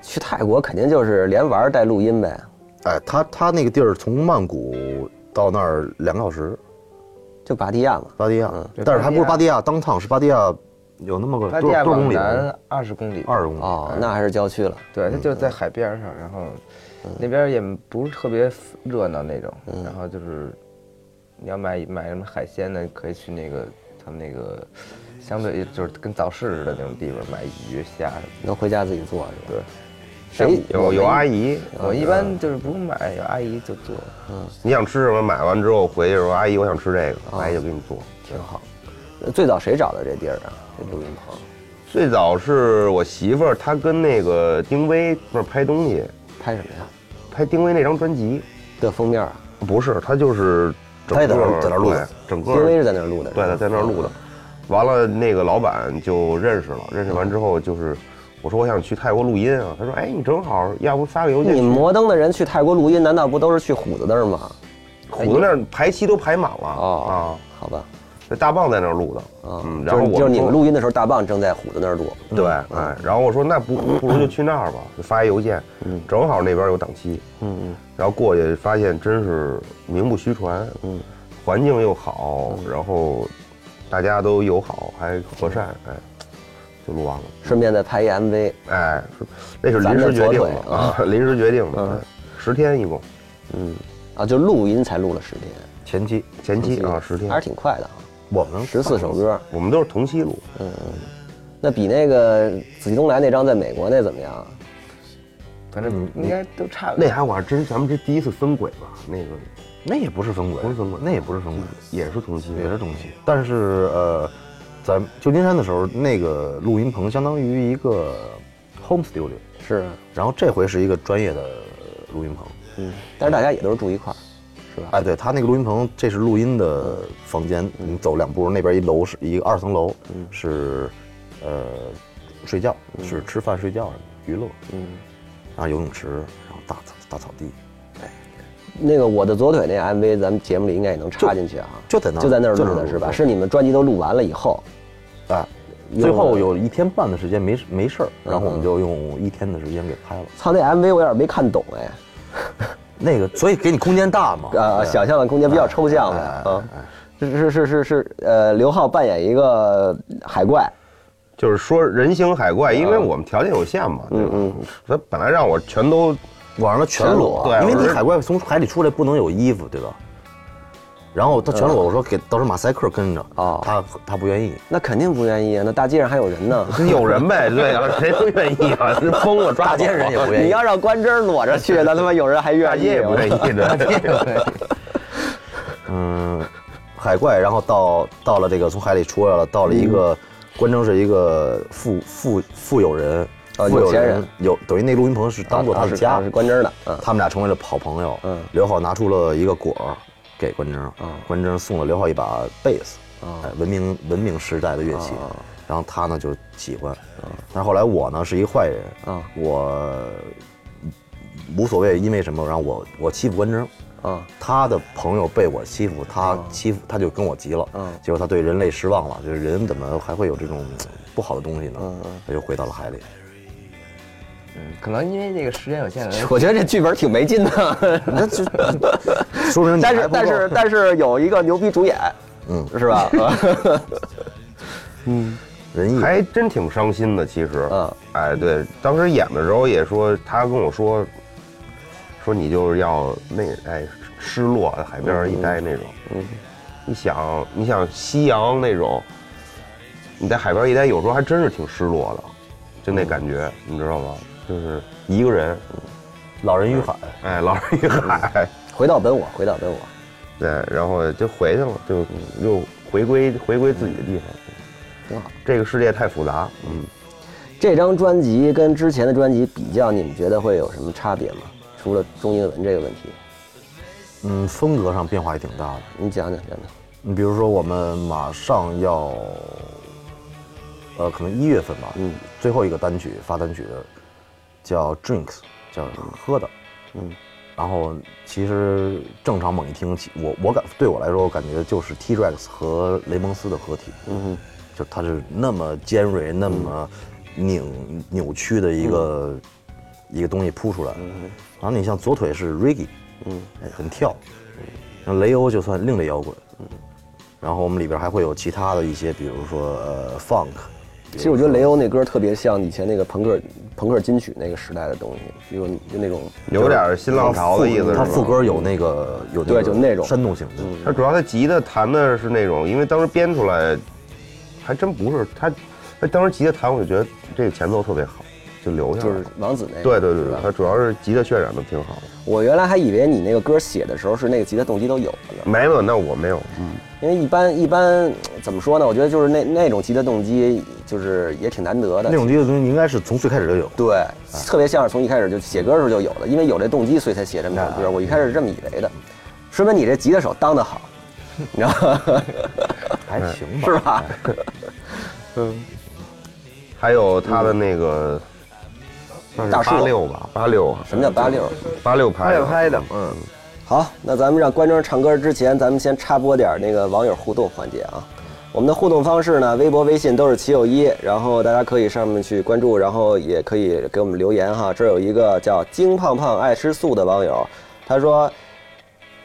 Speaker 2: 去泰国肯定就是连玩儿带录音呗，
Speaker 3: 哎，他他那个地儿从曼谷到那儿两个小时，
Speaker 2: 就巴蒂亚嘛，
Speaker 3: 巴蒂亚，
Speaker 5: 对
Speaker 3: 但是还不是
Speaker 5: 巴
Speaker 3: 嗯巴
Speaker 5: 蒂
Speaker 3: 蒂亚当趟，是巴蒂亚有那么个
Speaker 5: 它
Speaker 3: 多
Speaker 5: 再
Speaker 3: 少多少
Speaker 5: 往
Speaker 3: 公里？
Speaker 5: 南二嗯十公里，
Speaker 3: 二十公里。
Speaker 2: 哦，那还是郊区了。
Speaker 5: 对，它就在海边上，然后那边也不是特别热闹那种，然后就是你要买买什么海鲜呢，可以去那个他们那个相对就是跟早市似的那种地方买鱼虾什么
Speaker 2: 能回家自己做是吧？
Speaker 5: 的。对，
Speaker 2: 谁
Speaker 4: 有有阿姨，
Speaker 5: 我一般就是不用买，有阿姨就做。
Speaker 4: 你想吃什么，买完之后回去说阿姨，我想吃这个，
Speaker 2: 啊
Speaker 4: 阿姨就给你做。
Speaker 2: 挺好。呃最早谁找的这地儿啊？这录音棚？
Speaker 4: 最早是我媳妇儿，她跟那个丁薇那儿拍东西，
Speaker 2: 拍什么呀？
Speaker 4: 拍丁薇那张专辑，
Speaker 2: 的封面啊？
Speaker 4: 不是，她就是整
Speaker 2: 她也
Speaker 4: 个
Speaker 2: 在那儿在那儿录
Speaker 4: 对
Speaker 2: 的
Speaker 4: 整个
Speaker 2: 丁薇是在那儿录的，
Speaker 4: 对的，在那儿录的。。完了，那个老板就认识了，认识完之后就是，我说我想去泰国录音啊，他说，哎，你正好，要不发个邮件
Speaker 2: 你
Speaker 4: 去。
Speaker 2: 摩登的人去泰国录音，难道不都是去虎子那儿吗？
Speaker 4: 虎子那儿排期都排满了啊
Speaker 2: 哦，，好吧，
Speaker 4: 那大棒在那儿录的，
Speaker 2: 啊，
Speaker 4: 嗯，
Speaker 2: 就
Speaker 4: 然
Speaker 2: 是
Speaker 4: 后我
Speaker 2: 就是你
Speaker 4: 说
Speaker 2: 们录嗯音的时候，大棒正在虎子那儿录，
Speaker 4: 对，哎，然后我说那不不如就去那儿吧，就发一邮件，正好那边有档期，
Speaker 2: 嗯嗯，
Speaker 4: 然后过去发现真是名不虚传，
Speaker 2: 嗯，
Speaker 4: 环境又好，然后大家都友好还和善，哎，就录完了，
Speaker 2: 顺便再拍一 MV，
Speaker 4: 哎，是那是临时决定的啊， <laughs> 临时决定的，十天一共，
Speaker 2: 嗯，啊，就录音才录了十天，
Speaker 3: 前期
Speaker 4: 前期啊十天
Speaker 2: 还，是挺快的啊，
Speaker 3: 我们
Speaker 2: 十四首歌，
Speaker 4: 我们都是同期录，
Speaker 2: 那比那个紫气东来那张在美国那怎么样？
Speaker 5: 反正嗯应该都差不多。
Speaker 4: 那还我还真咱们这第一次分轨吧，那个
Speaker 3: 那也不是分轨，
Speaker 4: 不是分轨
Speaker 3: 那也不是分轨，
Speaker 4: 也是同期，
Speaker 3: 也是东西。但是呃，在旧金山的时候，那个录音棚相当于一个 home studio，
Speaker 2: 是，
Speaker 3: 然后这回是一个专业的录音棚。
Speaker 2: 嗯，但是大家也都是住一块儿，是吧？
Speaker 3: 哎，对他那个录音棚，这是录音的房间，你走两步，那边一楼是一个二层楼，是呃睡觉，是吃饭睡觉什么娱乐，
Speaker 2: 嗯，
Speaker 3: 然后游泳池，然后大草大草地，
Speaker 2: 那个我的左腿那 MV，咱们节目里应该也能插进去啊，
Speaker 3: 就在那儿
Speaker 2: 就在那儿录
Speaker 3: 就在那儿
Speaker 2: 的
Speaker 3: 录
Speaker 2: 是吧？
Speaker 3: 对
Speaker 2: 是你们专辑都录完了以后，
Speaker 3: 哎，
Speaker 2: 用
Speaker 3: 最后
Speaker 2: 了
Speaker 3: 有一天半的时间没事没事儿，然后我们就用一天的时间给拍了。
Speaker 2: 操那 MV 我有点没看懂哎，
Speaker 3: 那个，所以给你空间大嘛？
Speaker 2: 啊，
Speaker 3: 对
Speaker 2: 想象的空间比较抽象呗啊，是是是是是，呃，刘浩扮演一个海怪，
Speaker 4: 就是说人形海怪，因为我们条件有限嘛，对吧？他本来让我全都
Speaker 3: 网上的全裸，
Speaker 4: 全裸对
Speaker 3: 因为
Speaker 4: 我
Speaker 3: 你
Speaker 4: 是
Speaker 3: 海怪从海里出来不能有衣服，对吧？然后他全裸，我说给到时候马赛克跟着，
Speaker 2: 哦
Speaker 3: 他他不愿意，
Speaker 2: 那肯定不愿意啊，那大街上还有人呢。
Speaker 4: 有人呗，对啊，谁都愿意啊，这疯了抓
Speaker 3: 大街人也不愿
Speaker 2: <laughs> 你
Speaker 3: 意。
Speaker 2: 要让关真裸着去，那他妈有人还
Speaker 4: 大
Speaker 2: 愿意
Speaker 4: 街也不愿
Speaker 2: 意。
Speaker 4: 意的，
Speaker 3: 嗯，海怪，然后到到了这个从海里出来了，到了一个关城是一个富富富有人，
Speaker 2: 啊
Speaker 3: 富
Speaker 2: 有钱人
Speaker 3: 有等于那录音棚是当做他
Speaker 2: 啊
Speaker 3: 的
Speaker 2: 是
Speaker 3: 家，
Speaker 2: 啊是关真的嗯
Speaker 3: 他们俩成为了好朋友。
Speaker 2: 嗯
Speaker 3: 刘浩拿出了一个果儿给关真，关真送了刘浩一把贝斯，
Speaker 2: 嗯
Speaker 3: 哎，文明文明时代的乐器。然后他呢就喜欢，嗯但是后来我呢是一坏人，
Speaker 2: 啊
Speaker 3: 我无所谓，因为什么？然后我我欺负关真，
Speaker 2: 啊，
Speaker 3: 他的朋友被我欺负，他欺负他就跟我急了，
Speaker 2: 嗯
Speaker 3: 结果他对人类失望了，就是人怎么还会有这种嗯不好的东西呢？
Speaker 2: 嗯
Speaker 3: 他就回到了
Speaker 2: <laughs>
Speaker 3: 海里。
Speaker 5: 嗯可能因为这个时间有限，
Speaker 2: 我觉得这剧本挺没劲 <laughs> 的，
Speaker 3: 那就说明你
Speaker 2: 但
Speaker 3: 还
Speaker 2: 是
Speaker 3: 不够
Speaker 2: 但是但是有一个牛逼主演，
Speaker 3: 嗯
Speaker 2: 是 <laughs> 吧？
Speaker 3: 仁义啊
Speaker 4: 还真挺伤心的。其实
Speaker 2: 嗯，
Speaker 4: 哎，对，当时演的时候也说，他跟我说，说你就是要那哎失落海边一待那种，
Speaker 2: 嗯
Speaker 4: 你想你想夕阳那种，你在海边一待，有时候还真是挺失落的，就那感觉，
Speaker 2: 嗯
Speaker 4: 你知道吗？就是一个人，
Speaker 3: 老人与海，
Speaker 4: 哎，老人与海。
Speaker 2: 回到本我，回到本我。
Speaker 4: <laughs> 对，然后就回去了，
Speaker 2: 嗯
Speaker 4: 就又回归回归自己的地方，
Speaker 2: 挺好。
Speaker 4: 这个世界太复杂，嗯，
Speaker 2: 这张专辑跟之前的专辑比较，你们觉得会有什么差别吗？除了中英文这个问题，
Speaker 3: 嗯，风格上变化也挺大的。
Speaker 2: 你讲讲，讲讲。
Speaker 3: 你比如说，我们马上要，呃，可能一月份吧，
Speaker 2: 嗯
Speaker 3: 最后一个单曲发单曲叫《Drinks》，叫喝的，
Speaker 2: 嗯。
Speaker 3: 然后其实正常猛一听，其我我感对我来说，我感觉就是 T-Rex 和雷蒙斯的合体，
Speaker 2: 嗯
Speaker 3: 就它是那么尖锐、那么
Speaker 2: 嗯
Speaker 3: 拧、扭曲的一个、一个东西扑出来。
Speaker 2: 嗯
Speaker 3: 然后你像左哎腿是 reggae，嗯，很跳，然后雷欧就算另类摇滚，然后我们里边还会有其他的一些，比如说呃 funk，
Speaker 2: 其实我觉得雷欧那歌特别像以前那个朋克朋克金曲那个时代的东西，比如就那种
Speaker 4: 有点新浪潮的意思是
Speaker 3: 它
Speaker 4: 吧？
Speaker 3: 副歌有那个有
Speaker 2: 嗯对就那种嗯
Speaker 3: 煽动性的，
Speaker 4: 他主要他吉他弹的是那种，因为当时编出来，还真不是他，他当时吉他弹，我就觉得这个前奏特别好，就留下
Speaker 2: 就
Speaker 4: 来
Speaker 2: 是
Speaker 4: 了。
Speaker 2: 王子那个。
Speaker 4: 对对对
Speaker 2: 是吧
Speaker 4: 对，他主要是吉他渲染的挺好的。
Speaker 2: 我原来还以为你那个歌写的时候是那个吉他动机都有了呢，
Speaker 4: 没有，那我没有。嗯，
Speaker 2: 因为一般一般怎么说呢？我觉得就是那那种吉他动机就是也挺难得的
Speaker 3: 那。种乐东西应该是从最开始就有。
Speaker 2: 对，特别像是从一开始就写歌的时候就有的，因为有这动机，所以才写这么首歌。我一开始是这么以为的，说明你这吉他手当得好，你知道吗？
Speaker 3: 还行吧，
Speaker 2: 是吧？
Speaker 4: 还有他的那个，
Speaker 2: 嗯大树
Speaker 4: 八六吧，八六。
Speaker 2: 什么叫八六？
Speaker 4: 八六拍？
Speaker 5: 拍的拍的，嗯，
Speaker 2: 好，那咱们让观众唱歌之前，咱们先插播点那个网友互动环节啊。我们的互动方式呢，微博、微信都是齐友一，然后大家可以上面去关注，然后也可以给我们留言哈。这儿有一个叫“金胖胖爱吃素”的网友，他说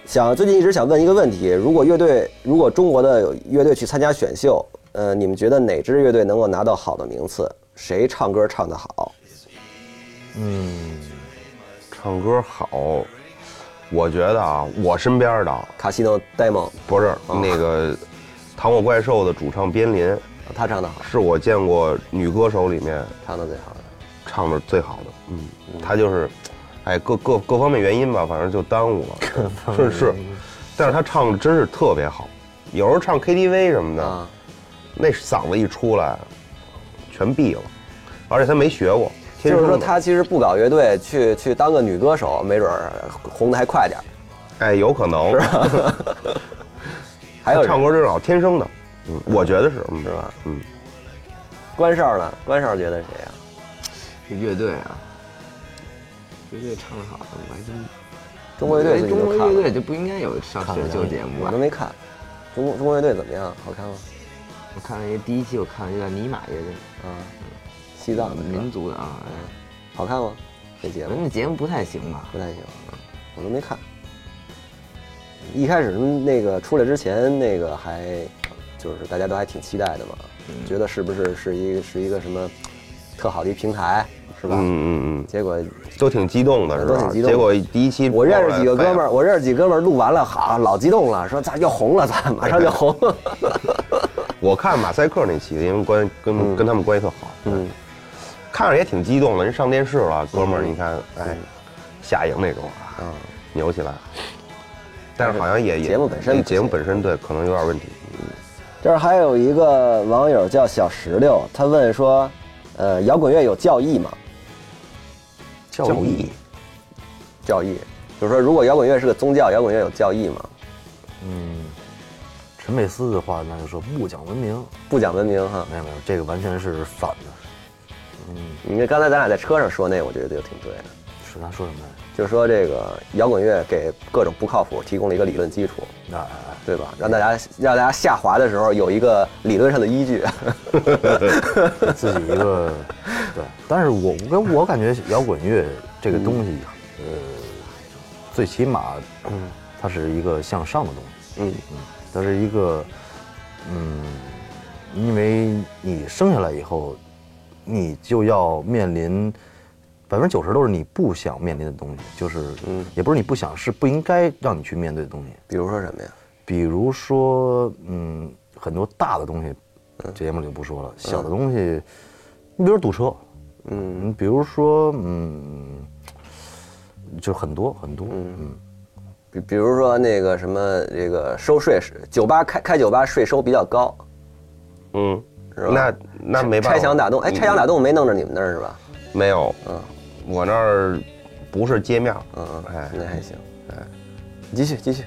Speaker 2: 想最近一直想问一个问题：如果乐队，如果中国的有乐队去参加选秀，呃，你们觉得哪支乐队能够拿到好的名次？谁唱歌唱得好？
Speaker 4: 唱歌好，我觉得啊，我身边的
Speaker 2: 卡西诺呆萌，
Speaker 4: 不是那个《糖果怪兽》的主唱边琳，
Speaker 2: 他唱得好，
Speaker 4: 是我见过女歌手里面
Speaker 2: 唱得最好的。
Speaker 4: 唱的最好的，嗯，他就是，哎，各各各方面原因吧，反正就耽误
Speaker 2: <laughs>
Speaker 4: 了，是是，但是他唱的真是特别好，有时候唱 KTV 什么的，
Speaker 2: 啊
Speaker 4: 那嗓子一出来，全闭了，而且他没学过，天
Speaker 2: 就
Speaker 4: 生
Speaker 2: 是说，
Speaker 4: 的
Speaker 2: 她其实不搞乐队，去去当个女歌手，没准儿红的还快点儿。
Speaker 4: 哎，有可能， <laughs>
Speaker 2: 还有
Speaker 4: 他唱
Speaker 2: 人啊
Speaker 4: 歌真好，天生的，嗯，我觉得是，嗯
Speaker 2: 是吧？
Speaker 4: 嗯，
Speaker 2: 关少呢？关少觉得谁呀、
Speaker 5: 乐队啊，乐队唱的好的，我还真
Speaker 2: 中国乐队最近
Speaker 5: 中
Speaker 2: 都
Speaker 5: 国
Speaker 2: 看
Speaker 5: 乐
Speaker 2: 了
Speaker 5: 队，就不应该有上选秀节目
Speaker 2: 我
Speaker 5: 啊吧
Speaker 2: 都？没看。中国中国乐队怎么样？好看吗？
Speaker 5: 我看了一第一期，我看了一个尼玛乐队，
Speaker 2: 啊，西藏的是吧
Speaker 5: 民族的啊，
Speaker 2: 好看吗？这节
Speaker 5: 哎
Speaker 2: 目
Speaker 5: 那节目不太行吧？
Speaker 2: 不太行，我都没看。一开始那个出来之前，那个还就是大家都还挺期待的嘛，觉得是不是是一个是一个什么特好的一平台，是吧？
Speaker 4: 嗯嗯嗯，
Speaker 2: 结果
Speaker 4: 都挺激动的，是
Speaker 2: 啊都挺
Speaker 4: 吧？
Speaker 2: 激动
Speaker 4: 结果第一期
Speaker 2: 我认识几个
Speaker 4: 爆出来
Speaker 2: 哥们
Speaker 4: 废
Speaker 2: 儿，
Speaker 4: 了，
Speaker 2: 我认识几个哥们儿录完了，好，老激动了，说咱又红了，咱马上就红了。
Speaker 4: 我看马赛克那期，因为关跟、跟他们关系特好，
Speaker 2: <laughs> 嗯，
Speaker 4: 看着也挺激动的，人上电视了，哥们儿，你看，
Speaker 2: 嗯
Speaker 4: 哎，夏莹那种啊，牛起来。但是好像也也
Speaker 2: 节目本身不行
Speaker 4: 节目本身对可能有点问题。
Speaker 2: 这儿还有一个网友叫小石榴，他问说，呃，摇滚乐有教义吗？
Speaker 3: 教
Speaker 2: 嗯
Speaker 3: 义，
Speaker 2: 教义，就是说，如果摇滚乐是个宗教，摇滚乐有教义吗？
Speaker 3: 陈佩斯的话那就说不讲文明，
Speaker 2: 不讲文明哈，
Speaker 3: 没有没有，这个完全是反的。
Speaker 2: 你这刚才咱俩在车上说那，我觉得就挺对的，
Speaker 3: 是他说什么来着？
Speaker 2: 就是说这个摇滚乐给各种不靠谱提供了一个理论基础，
Speaker 3: 那哎哎
Speaker 2: 对吧？让大家让大家下滑的时候有一个理论上的依据。 <laughs>
Speaker 3: <laughs> 自己一个，对。但是我我跟我感觉摇滚乐这个东西，呃，最起码，它是一个向上的东西，
Speaker 2: 嗯
Speaker 3: 它是一个，嗯，因为你生下来以后，你就要面临百分之九十都是你不想面临的东西，就是，也不是你不想，是不应该让你去面对的东西。
Speaker 2: 比如说什么呀？
Speaker 3: 比如说，嗯，很多大的东西，节目里就不说了。小的东西，你比如堵车，嗯，比如说，嗯，就很多很多，嗯，
Speaker 2: 比比如说那个什么，这个收税是酒吧开开酒吧税收比较高，
Speaker 4: 嗯，
Speaker 2: 是吧
Speaker 4: 那那没办法。嗯
Speaker 2: 拆墙打洞，哎，拆墙打洞没弄着你们那儿是吧？
Speaker 4: 没有。我那儿不是街面。
Speaker 2: 嗯，
Speaker 4: 哎，
Speaker 2: 那还行。
Speaker 4: 哎，
Speaker 2: 继续继续，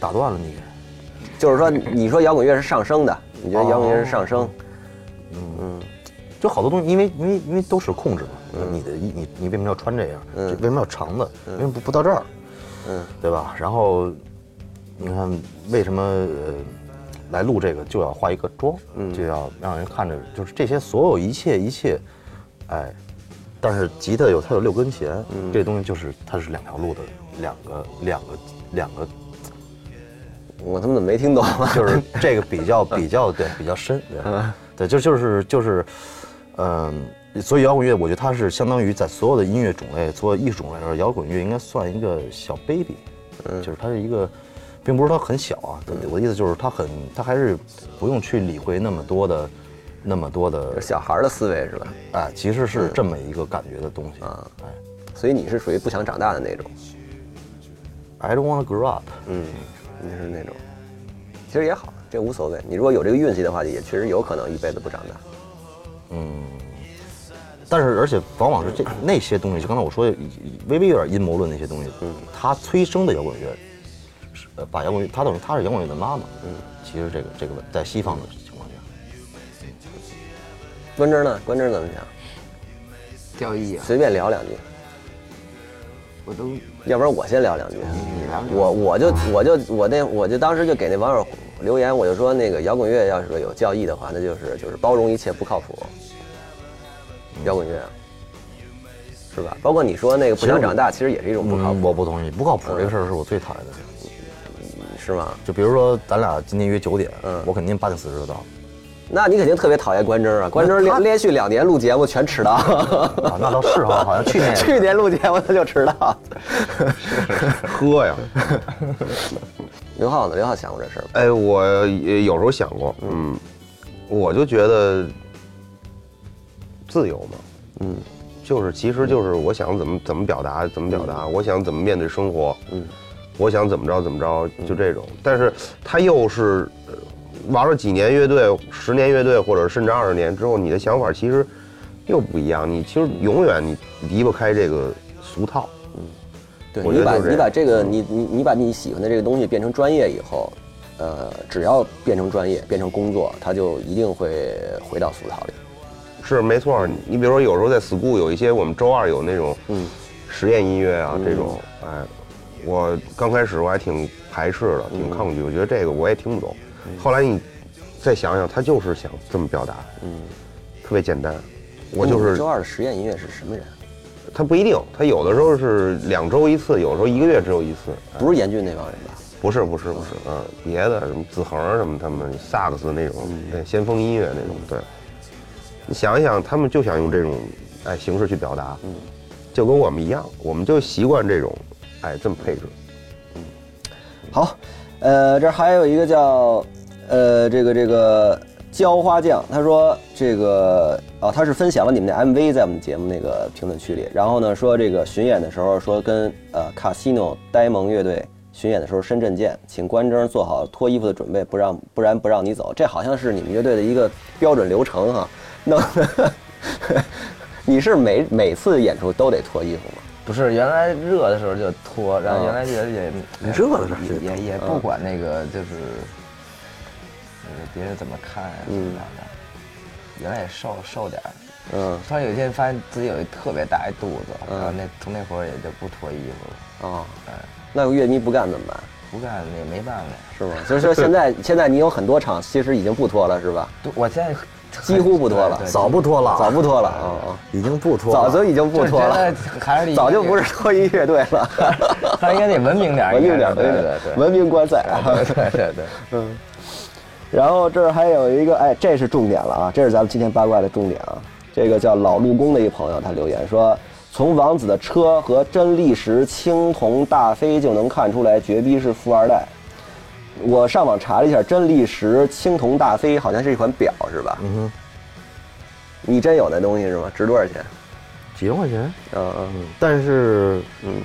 Speaker 3: 打断了你，
Speaker 2: 就是说，你说摇滚乐是上升的，你觉得摇滚
Speaker 4: 哦
Speaker 2: 乐是上升？
Speaker 3: 就好多东西，因为因为因为都是控制嘛，你的衣你你为什么要穿这样？这为什么要长的？为什么不不到这儿？
Speaker 2: 嗯，
Speaker 3: 对吧？然后你看为什么呃来录这个就要化一个妆，就要让人看着就是这些所有一切一切，哎，但是吉他有它有六根弦，这东西就是它是两条路的两个两个两个
Speaker 2: 我他妈怎么没听懂啊？ <laughs>
Speaker 3: 就是这个比较比较对比较深，对，对，就就是就是，嗯、所以摇滚乐，我觉得它是相当于在所有的音乐种类、所有艺术种类来说，摇滚乐应该算一个小 baby，就是它是一个，并不是它很小啊，对我的意思就是它很，它还是不用去理会那么多的，那么多的，
Speaker 2: 小孩儿的思维是吧？
Speaker 3: 哎，其实是这么一个感觉的东西，哎
Speaker 2: 所以你是属于不想长大的那种，
Speaker 3: ，I don't wanna grow up，
Speaker 2: 嗯，你是那种，其实也好，这无所谓。你如果有这个运气的话，也确实有可能一辈子不长大。
Speaker 3: 但是而且往往是这那些东西，就刚才我说的微微有点阴谋论那些东西，它催生的摇滚乐，是呃，把摇滚乐，它等于它是摇滚乐的妈妈，嗯，其实这个这个问在西方的情况下，
Speaker 2: 关之呢？关之怎么想？
Speaker 5: 掉艺啊，
Speaker 2: 随便聊两句，
Speaker 5: 我都
Speaker 2: 要不然我先聊两句。我我就我就我那我就当时就给那网友留言，我就说那个摇滚乐要是有教义的话，那就是就是包容一切不靠谱。摇滚乐啊，是吧？包括你说那个不想长大，其实也是一种不靠
Speaker 3: 嗯
Speaker 2: 谱，
Speaker 3: 我不同意，不靠谱这个事儿是我最讨厌的事儿。
Speaker 2: 是吗？
Speaker 3: 就比如说咱俩今天约九点，我肯定八点四十就到，
Speaker 2: 那你肯定特别讨厌关真啊！关真连连续两年录节目全迟到，
Speaker 3: 啊那倒是哈，好像去
Speaker 2: <laughs>
Speaker 3: 年
Speaker 2: 去年录节目他就迟到。
Speaker 4: 喝呀。
Speaker 2: 刘浩呢？刘浩想过这事儿吗？
Speaker 4: 哎，我也有时候想过，嗯，我就觉得自由嘛，嗯，就是其实就是我想怎么怎么表达怎么表达，我想怎么面对生活，嗯，我想怎么着怎么着，就这种。但是他又是呃玩了几年乐队，十年乐队，或者甚至二十年之后，你的想法其实又不一样，你其实永远你离不开这个俗套，
Speaker 2: 对
Speaker 4: 我
Speaker 2: 你
Speaker 4: 觉得
Speaker 2: 把
Speaker 4: 就是嗯
Speaker 2: 你把
Speaker 4: 这
Speaker 2: 这个你你你把你喜欢的这个东西变成专业以后，呃，只要变成专业，变成工作，它就一定会回到俗套里。
Speaker 4: 是没错儿，你比如说有时候在 school 有一些我们周二有那种
Speaker 2: 嗯
Speaker 4: 实验音乐啊、这种，哎，我刚开始我还挺排斥的，
Speaker 2: 嗯
Speaker 4: 挺抗拒，我觉得这个我也听不懂。后来你再想想，他就是想这么表达，嗯，特别简单。我就
Speaker 2: 嗯
Speaker 4: 是
Speaker 2: 周二的实验音乐是什么人？
Speaker 4: 他不一定，他有的时候是两周一次，有的时候一个月只有一次。哎
Speaker 2: 不是严峻那帮人吧？
Speaker 4: 不是不是不是，嗯，别的什么子恒儿什么他们萨克斯那种，
Speaker 2: 嗯
Speaker 4: 对，先锋音乐那种，对。你想一想，他们就想用这种哎形式去表达，
Speaker 2: 嗯
Speaker 4: 就跟我们一样，我们就习惯这种哎这么配置。
Speaker 2: 好，呃，这儿还有一个叫呃这个这个浇花匠，他说这个啊、他是分享了你们的 MV 在我们节目那个评论区里，然后呢说这个巡演的时候说跟呃 Casino 呆萌乐队巡演的时候深圳见，请关征做好脱衣服的准备，不让不然不让你走，这好像是你们乐队的一个标准流程哈，弄得 <laughs> 你是每每次演出都得脱衣服吗？
Speaker 5: 不是原来热的时候就脱，然
Speaker 2: 啊
Speaker 5: 后原来觉得也热的时候也也也不管那个就是，就是别人怎么看呀怎么着的，原来也瘦瘦点儿。
Speaker 2: 嗯，
Speaker 5: 突然有一天发现自己有一特别大一肚子，然后那从那会儿也就不脱衣服了，
Speaker 2: 哦，那乐迷不干怎么办？
Speaker 5: 不干也没办法。
Speaker 2: 是吗？所以
Speaker 5: <laughs>
Speaker 2: 说现在现在你有很多场其实已经不脱了，是吧？
Speaker 5: 对我现在
Speaker 2: 几乎不脱了
Speaker 5: 哎对对哎
Speaker 3: 早不脱了，
Speaker 2: 早不脱了啊、哦
Speaker 3: 已经不
Speaker 2: 哦
Speaker 3: 脱
Speaker 2: 早
Speaker 3: 了，
Speaker 2: 就已经不脱了
Speaker 5: 就，是觉得还
Speaker 2: <laughs>
Speaker 5: 是
Speaker 2: 早就不是脱衣乐队
Speaker 5: <laughs>
Speaker 2: 了，
Speaker 5: 他应该得文明点儿，
Speaker 2: <laughs> 文明点儿，
Speaker 5: 对
Speaker 2: 文明
Speaker 5: 哎对
Speaker 2: 点
Speaker 5: 对哎
Speaker 2: 儿，文明观赛啊。
Speaker 5: <laughs> 对对对对。
Speaker 2: 然后这儿还有一个，哎，这是重点了啊，这是咱们今天八卦的重点啊。这个叫老陆公的一朋友，他留言说，从王子的车和真力石青铜大飞就能看出来，绝逼是富二代。我上网查了一下，真力石青铜大飞好像是一款表，是吧？嗯哼。你真有那东西是吗？值多少钱？
Speaker 3: 几万块钱，
Speaker 2: 嗯嗯
Speaker 3: 但是嗯，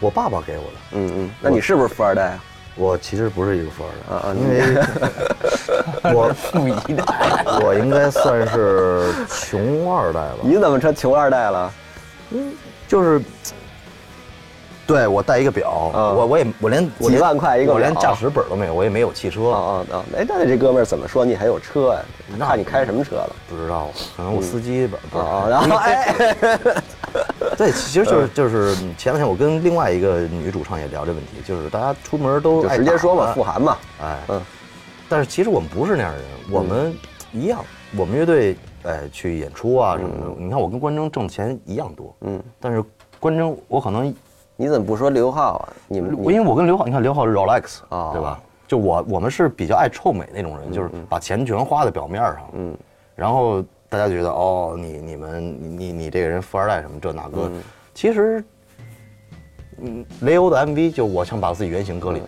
Speaker 3: 我爸爸给我的，
Speaker 2: 嗯嗯。那你是不是富二代啊？
Speaker 3: 我其实不是一个富
Speaker 2: 啊
Speaker 3: 二
Speaker 2: 啊！
Speaker 3: 代，因为我
Speaker 5: 不一的，
Speaker 3: <laughs> 我应该算是穷二代吧。
Speaker 2: <laughs> 你怎么成穷二代了？
Speaker 3: 就是，对我带一个表，
Speaker 2: 啊
Speaker 3: 我我也我连我
Speaker 2: 几
Speaker 3: 连
Speaker 2: 万块一个
Speaker 3: 我连
Speaker 2: 表
Speaker 3: 驾驶本都没有，我也没有汽车，
Speaker 2: 哦哦哦！哎，那这哥们儿怎么说你还有车呀、啊
Speaker 3: 那
Speaker 2: 看你开什么车了？
Speaker 3: 不知道，可能我司机吧，不是
Speaker 2: 嗯啊，嗯然后哎，
Speaker 3: 对，其实就是就是前两天我跟另外一个女主唱也聊这问题，就是大家出门都
Speaker 2: 就
Speaker 3: 爱
Speaker 2: 直接
Speaker 3: 打
Speaker 2: 说嘛，
Speaker 3: 扮
Speaker 2: 富含嘛，
Speaker 3: 哎，
Speaker 2: 嗯
Speaker 3: 但是其实我们不是那样的人，我们一样，我们乐队哎去演出啊什么的，你看我跟关征挣钱一样多，嗯，但是关征我可能
Speaker 2: 你怎么不说刘浩啊？你们
Speaker 3: 因为我跟刘浩，你看刘浩是 Rolex，、
Speaker 2: 哦
Speaker 3: 对吧？就我我们是比较爱臭美那种人，就是把钱全花在表面上，嗯，然后大家觉得哦，你你们你你你这个人富二代什么这那个，其实，嗯，雷欧的 MV 就我想把自己原型搁里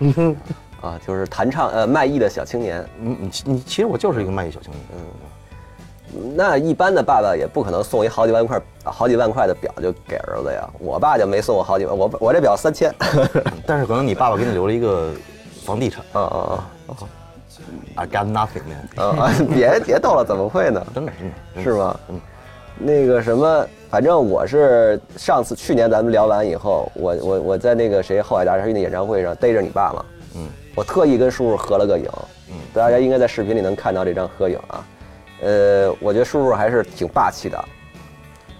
Speaker 3: 面嘛，
Speaker 2: 啊，就是弹唱呃卖艺的小青年。
Speaker 3: 你嗯你你其实我就是一个卖艺小青年，
Speaker 2: 那一般的爸爸也不可能送一好几万块、好几万块的表就给儿子呀。我爸就没送我好几万，我我这表三千。 <laughs>
Speaker 3: 但是可能你爸爸给你留了一个房地产
Speaker 2: 啊啊
Speaker 3: ，I got nothing man，
Speaker 2: 啊啊！别别逗了，怎么会呢？
Speaker 3: 真的真的真的
Speaker 2: 是吗？嗯，那个什么，反正我是上次去年咱们聊完以后，我我我在那个谁后海大鲨鱼的演唱会上逮着你爸嘛，嗯，我特意跟叔叔合了个影，嗯，大家应该在视频里能看到这张合影啊，呃，我觉得叔叔还是挺霸气的，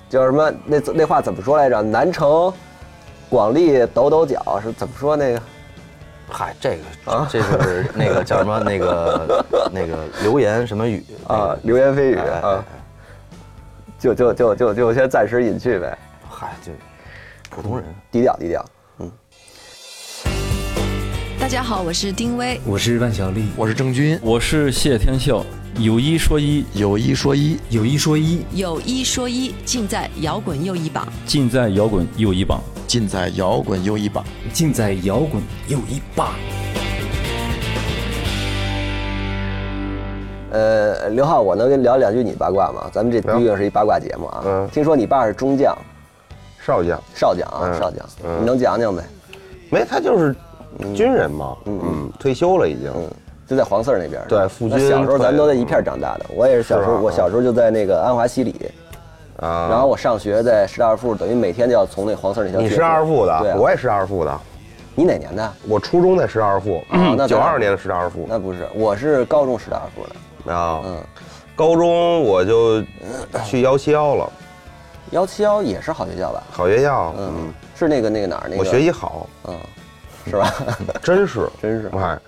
Speaker 2: 叫什么那那话怎么说来着？南城广利抖抖脚是怎么说那个？
Speaker 3: 嗨，这个 <laughs> 这就是那个叫什么那个 <laughs> 那个流言什么语
Speaker 2: 啊，流言蜚语
Speaker 3: 哎哎哎
Speaker 2: 啊，就就就就就先暂时隐去呗，
Speaker 3: 嗨，就普通人。
Speaker 2: 低调低调。
Speaker 7: 大家好，我是丁薇。
Speaker 8: 我是万晓利，
Speaker 9: 我是郑钧，
Speaker 10: 我是谢天笑，有一说一，
Speaker 9: 有一说一，
Speaker 8: 有一说一，
Speaker 7: 有一说一，尽在摇滚又一榜。
Speaker 10: 尽在摇滚又一榜。
Speaker 9: 尽在摇滚又一榜。
Speaker 8: 尽在摇滚又一霸。
Speaker 2: 呃，刘浩，我能跟你聊两句你八卦吗？咱们这毕竟是一八卦节目啊。
Speaker 4: 嗯
Speaker 2: 听说你爸是中将、
Speaker 4: 少将，
Speaker 2: 少将啊，
Speaker 4: 嗯
Speaker 2: 少将，
Speaker 4: 嗯
Speaker 2: 你能讲讲呗？
Speaker 4: 没他就是军人嘛，嗯，退休了已经，
Speaker 2: 就在黄四儿那边儿。
Speaker 4: 对父
Speaker 2: 那
Speaker 4: 军
Speaker 2: 小时候咱
Speaker 4: 退
Speaker 2: 都在一片儿长大的，我也是小时候，
Speaker 4: 是吧
Speaker 2: 我小时候就在那个安华西里，
Speaker 4: 啊，
Speaker 2: 嗯然后我上学在师大二附，等于每天就要从那黄四儿那条街。
Speaker 4: 你是二附
Speaker 2: 对啊
Speaker 4: 的，我也是二附的，
Speaker 2: 你哪年的？
Speaker 4: 我初中在师大二附
Speaker 2: 哦 <clears throat> 那，咱
Speaker 4: 九二年的师大二附
Speaker 2: 那不是，我是高中师大二附的，
Speaker 4: 啊
Speaker 2: 嗯，
Speaker 4: 高中我就
Speaker 2: <clears throat>
Speaker 4: 去幺七幺了，
Speaker 2: 幺七幺也是好学校吧？
Speaker 4: 好学校，
Speaker 2: 嗯
Speaker 4: 嗯，，
Speaker 2: 是那个那个哪儿那个？
Speaker 4: 我学习好，
Speaker 2: 嗯，是吧？
Speaker 4: 真是
Speaker 2: 真是
Speaker 4: 哎，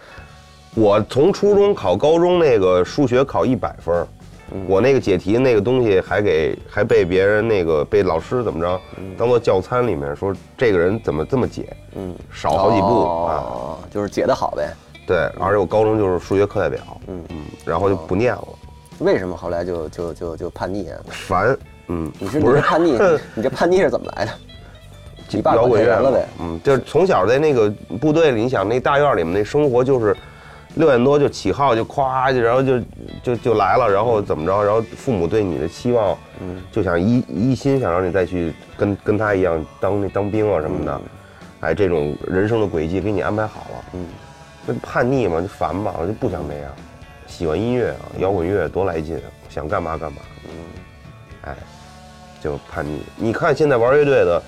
Speaker 4: 我从初中考高中那个数学考一百分儿，
Speaker 2: 嗯
Speaker 4: 我那个解题那个东西还给还被别人那个被老师怎么着
Speaker 2: 嗯
Speaker 4: 当做教参里面说这个人怎么这么解，嗯，少好几步啊。
Speaker 2: 哦，嗯就是解得好呗。
Speaker 4: 对，而且我高中就是数学课代表，嗯然后就不念了，
Speaker 2: 为什么后来就就就就叛逆啊？
Speaker 4: 烦，嗯，
Speaker 2: 你是你
Speaker 4: 不
Speaker 2: 这
Speaker 4: 是 <laughs>
Speaker 2: 叛逆，你这叛逆是怎么来的？你爸
Speaker 4: 摇
Speaker 2: 管
Speaker 4: 滚
Speaker 2: 太
Speaker 4: 乐
Speaker 2: 严了呗？
Speaker 4: 嗯，就是从小在那个部队里，你想那大院里面那生活就是。六点多就起号，就咵，就然后就就就来了，然后怎么着？然后父母对你的期望，就想一一心想让你再去跟跟他一样当那当兵啊什么的，哎，这种人生的轨迹给你安排好了，嗯，那叛逆嘛，就烦嘛，我就不想那样，喜欢音乐啊，摇滚乐多来劲啊，想干嘛干嘛，嗯，哎，就叛逆。你看现在玩乐队的，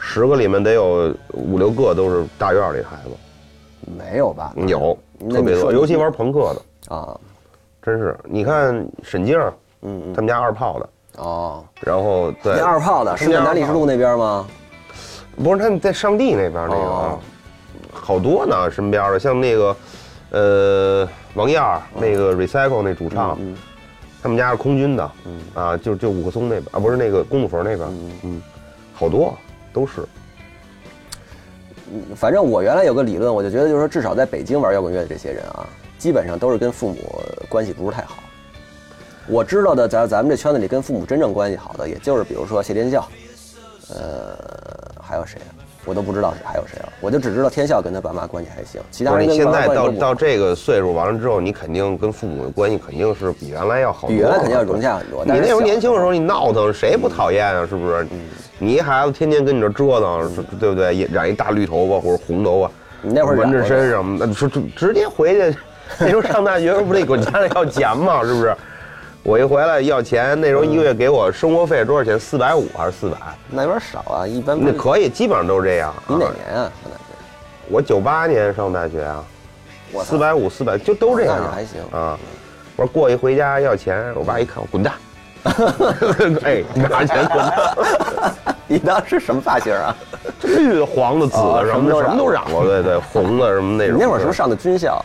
Speaker 4: 十个里面得有五六个都是大院里孩子，
Speaker 2: 没有吧？
Speaker 4: 有
Speaker 2: 嗯那
Speaker 4: 特别
Speaker 2: 你
Speaker 4: 多，
Speaker 2: 说
Speaker 4: 尤其玩朋克的，
Speaker 2: 啊，
Speaker 4: 真是。你看沈静，
Speaker 2: 嗯嗯
Speaker 4: 他们家二炮的，
Speaker 2: 哦，
Speaker 4: 然后对
Speaker 2: 那二炮呢？
Speaker 4: 他
Speaker 2: 是
Speaker 4: 们
Speaker 2: 在
Speaker 4: 家
Speaker 2: 南礼士
Speaker 4: 二炮
Speaker 2: 路那边吗？
Speaker 4: 不是他们在上地那边那个啊
Speaker 2: 哦，
Speaker 4: 好多呢，身边的像那个，呃，王燕儿那个
Speaker 2: 嗯
Speaker 4: recycle 那主唱，他们家是空军的，啊，就就五棵松那边啊，不是那个公主坟那边，嗯，好多都是，
Speaker 2: 反正我原来有个理论，我就觉得就是说，至少在北京玩摇滚乐的这些人啊，基本上都是跟父母关系不是太好。我知道的，咱咱们这圈子里跟父母真正关系好的，也就是比如说谢天笑，呃，还有谁啊？我都不知道是还有谁了、我就只知道天笑跟他爸妈关系还行，其他
Speaker 4: 不是
Speaker 2: 人跟
Speaker 4: 你现
Speaker 2: 爸妈
Speaker 4: 在
Speaker 2: 关系
Speaker 4: 到
Speaker 2: 都不好
Speaker 4: 到这个岁数完了之后，你肯定跟父母的关系肯定是比原来要好多
Speaker 2: 比
Speaker 4: 了，
Speaker 2: 原来肯定要融洽很多。
Speaker 4: 你
Speaker 2: 但是
Speaker 4: 那时候
Speaker 2: 小嗯
Speaker 4: 年轻的时候，你闹腾谁不讨厌啊？是不是？你一孩子天天跟你这折腾，是对不对？也染一大绿头发或者红头发，
Speaker 2: 你那会儿染
Speaker 4: 纹着
Speaker 2: 过
Speaker 4: 身上，那说直直接回去。那时候上大学不得管家里要钱吗？是不是？我一回来要钱，那时候一个月给我生活费多少钱？四百五还是四百？
Speaker 2: 那有点少啊，一般不
Speaker 4: 那。可以，基本上都是这样。
Speaker 2: 你
Speaker 4: 啊
Speaker 2: 哪年啊？上大学？
Speaker 4: 我九八年上大学啊，
Speaker 2: 我操
Speaker 4: 四百五、四百就都这样
Speaker 2: 那你还行
Speaker 4: 啊。我说过一回家要钱，我爸一看我滚蛋， <laughs> 哎，拿钱滚蛋， <laughs>
Speaker 2: <laughs> 你当时什么发型啊？
Speaker 4: 这绿的、黄的、紫
Speaker 2: 啊
Speaker 4: 的什么
Speaker 2: 什么都
Speaker 4: 的，
Speaker 2: 染
Speaker 4: 什么都染过，对对，红的什么那
Speaker 2: 你
Speaker 4: 种。
Speaker 2: 那会儿是不是上的军校啊？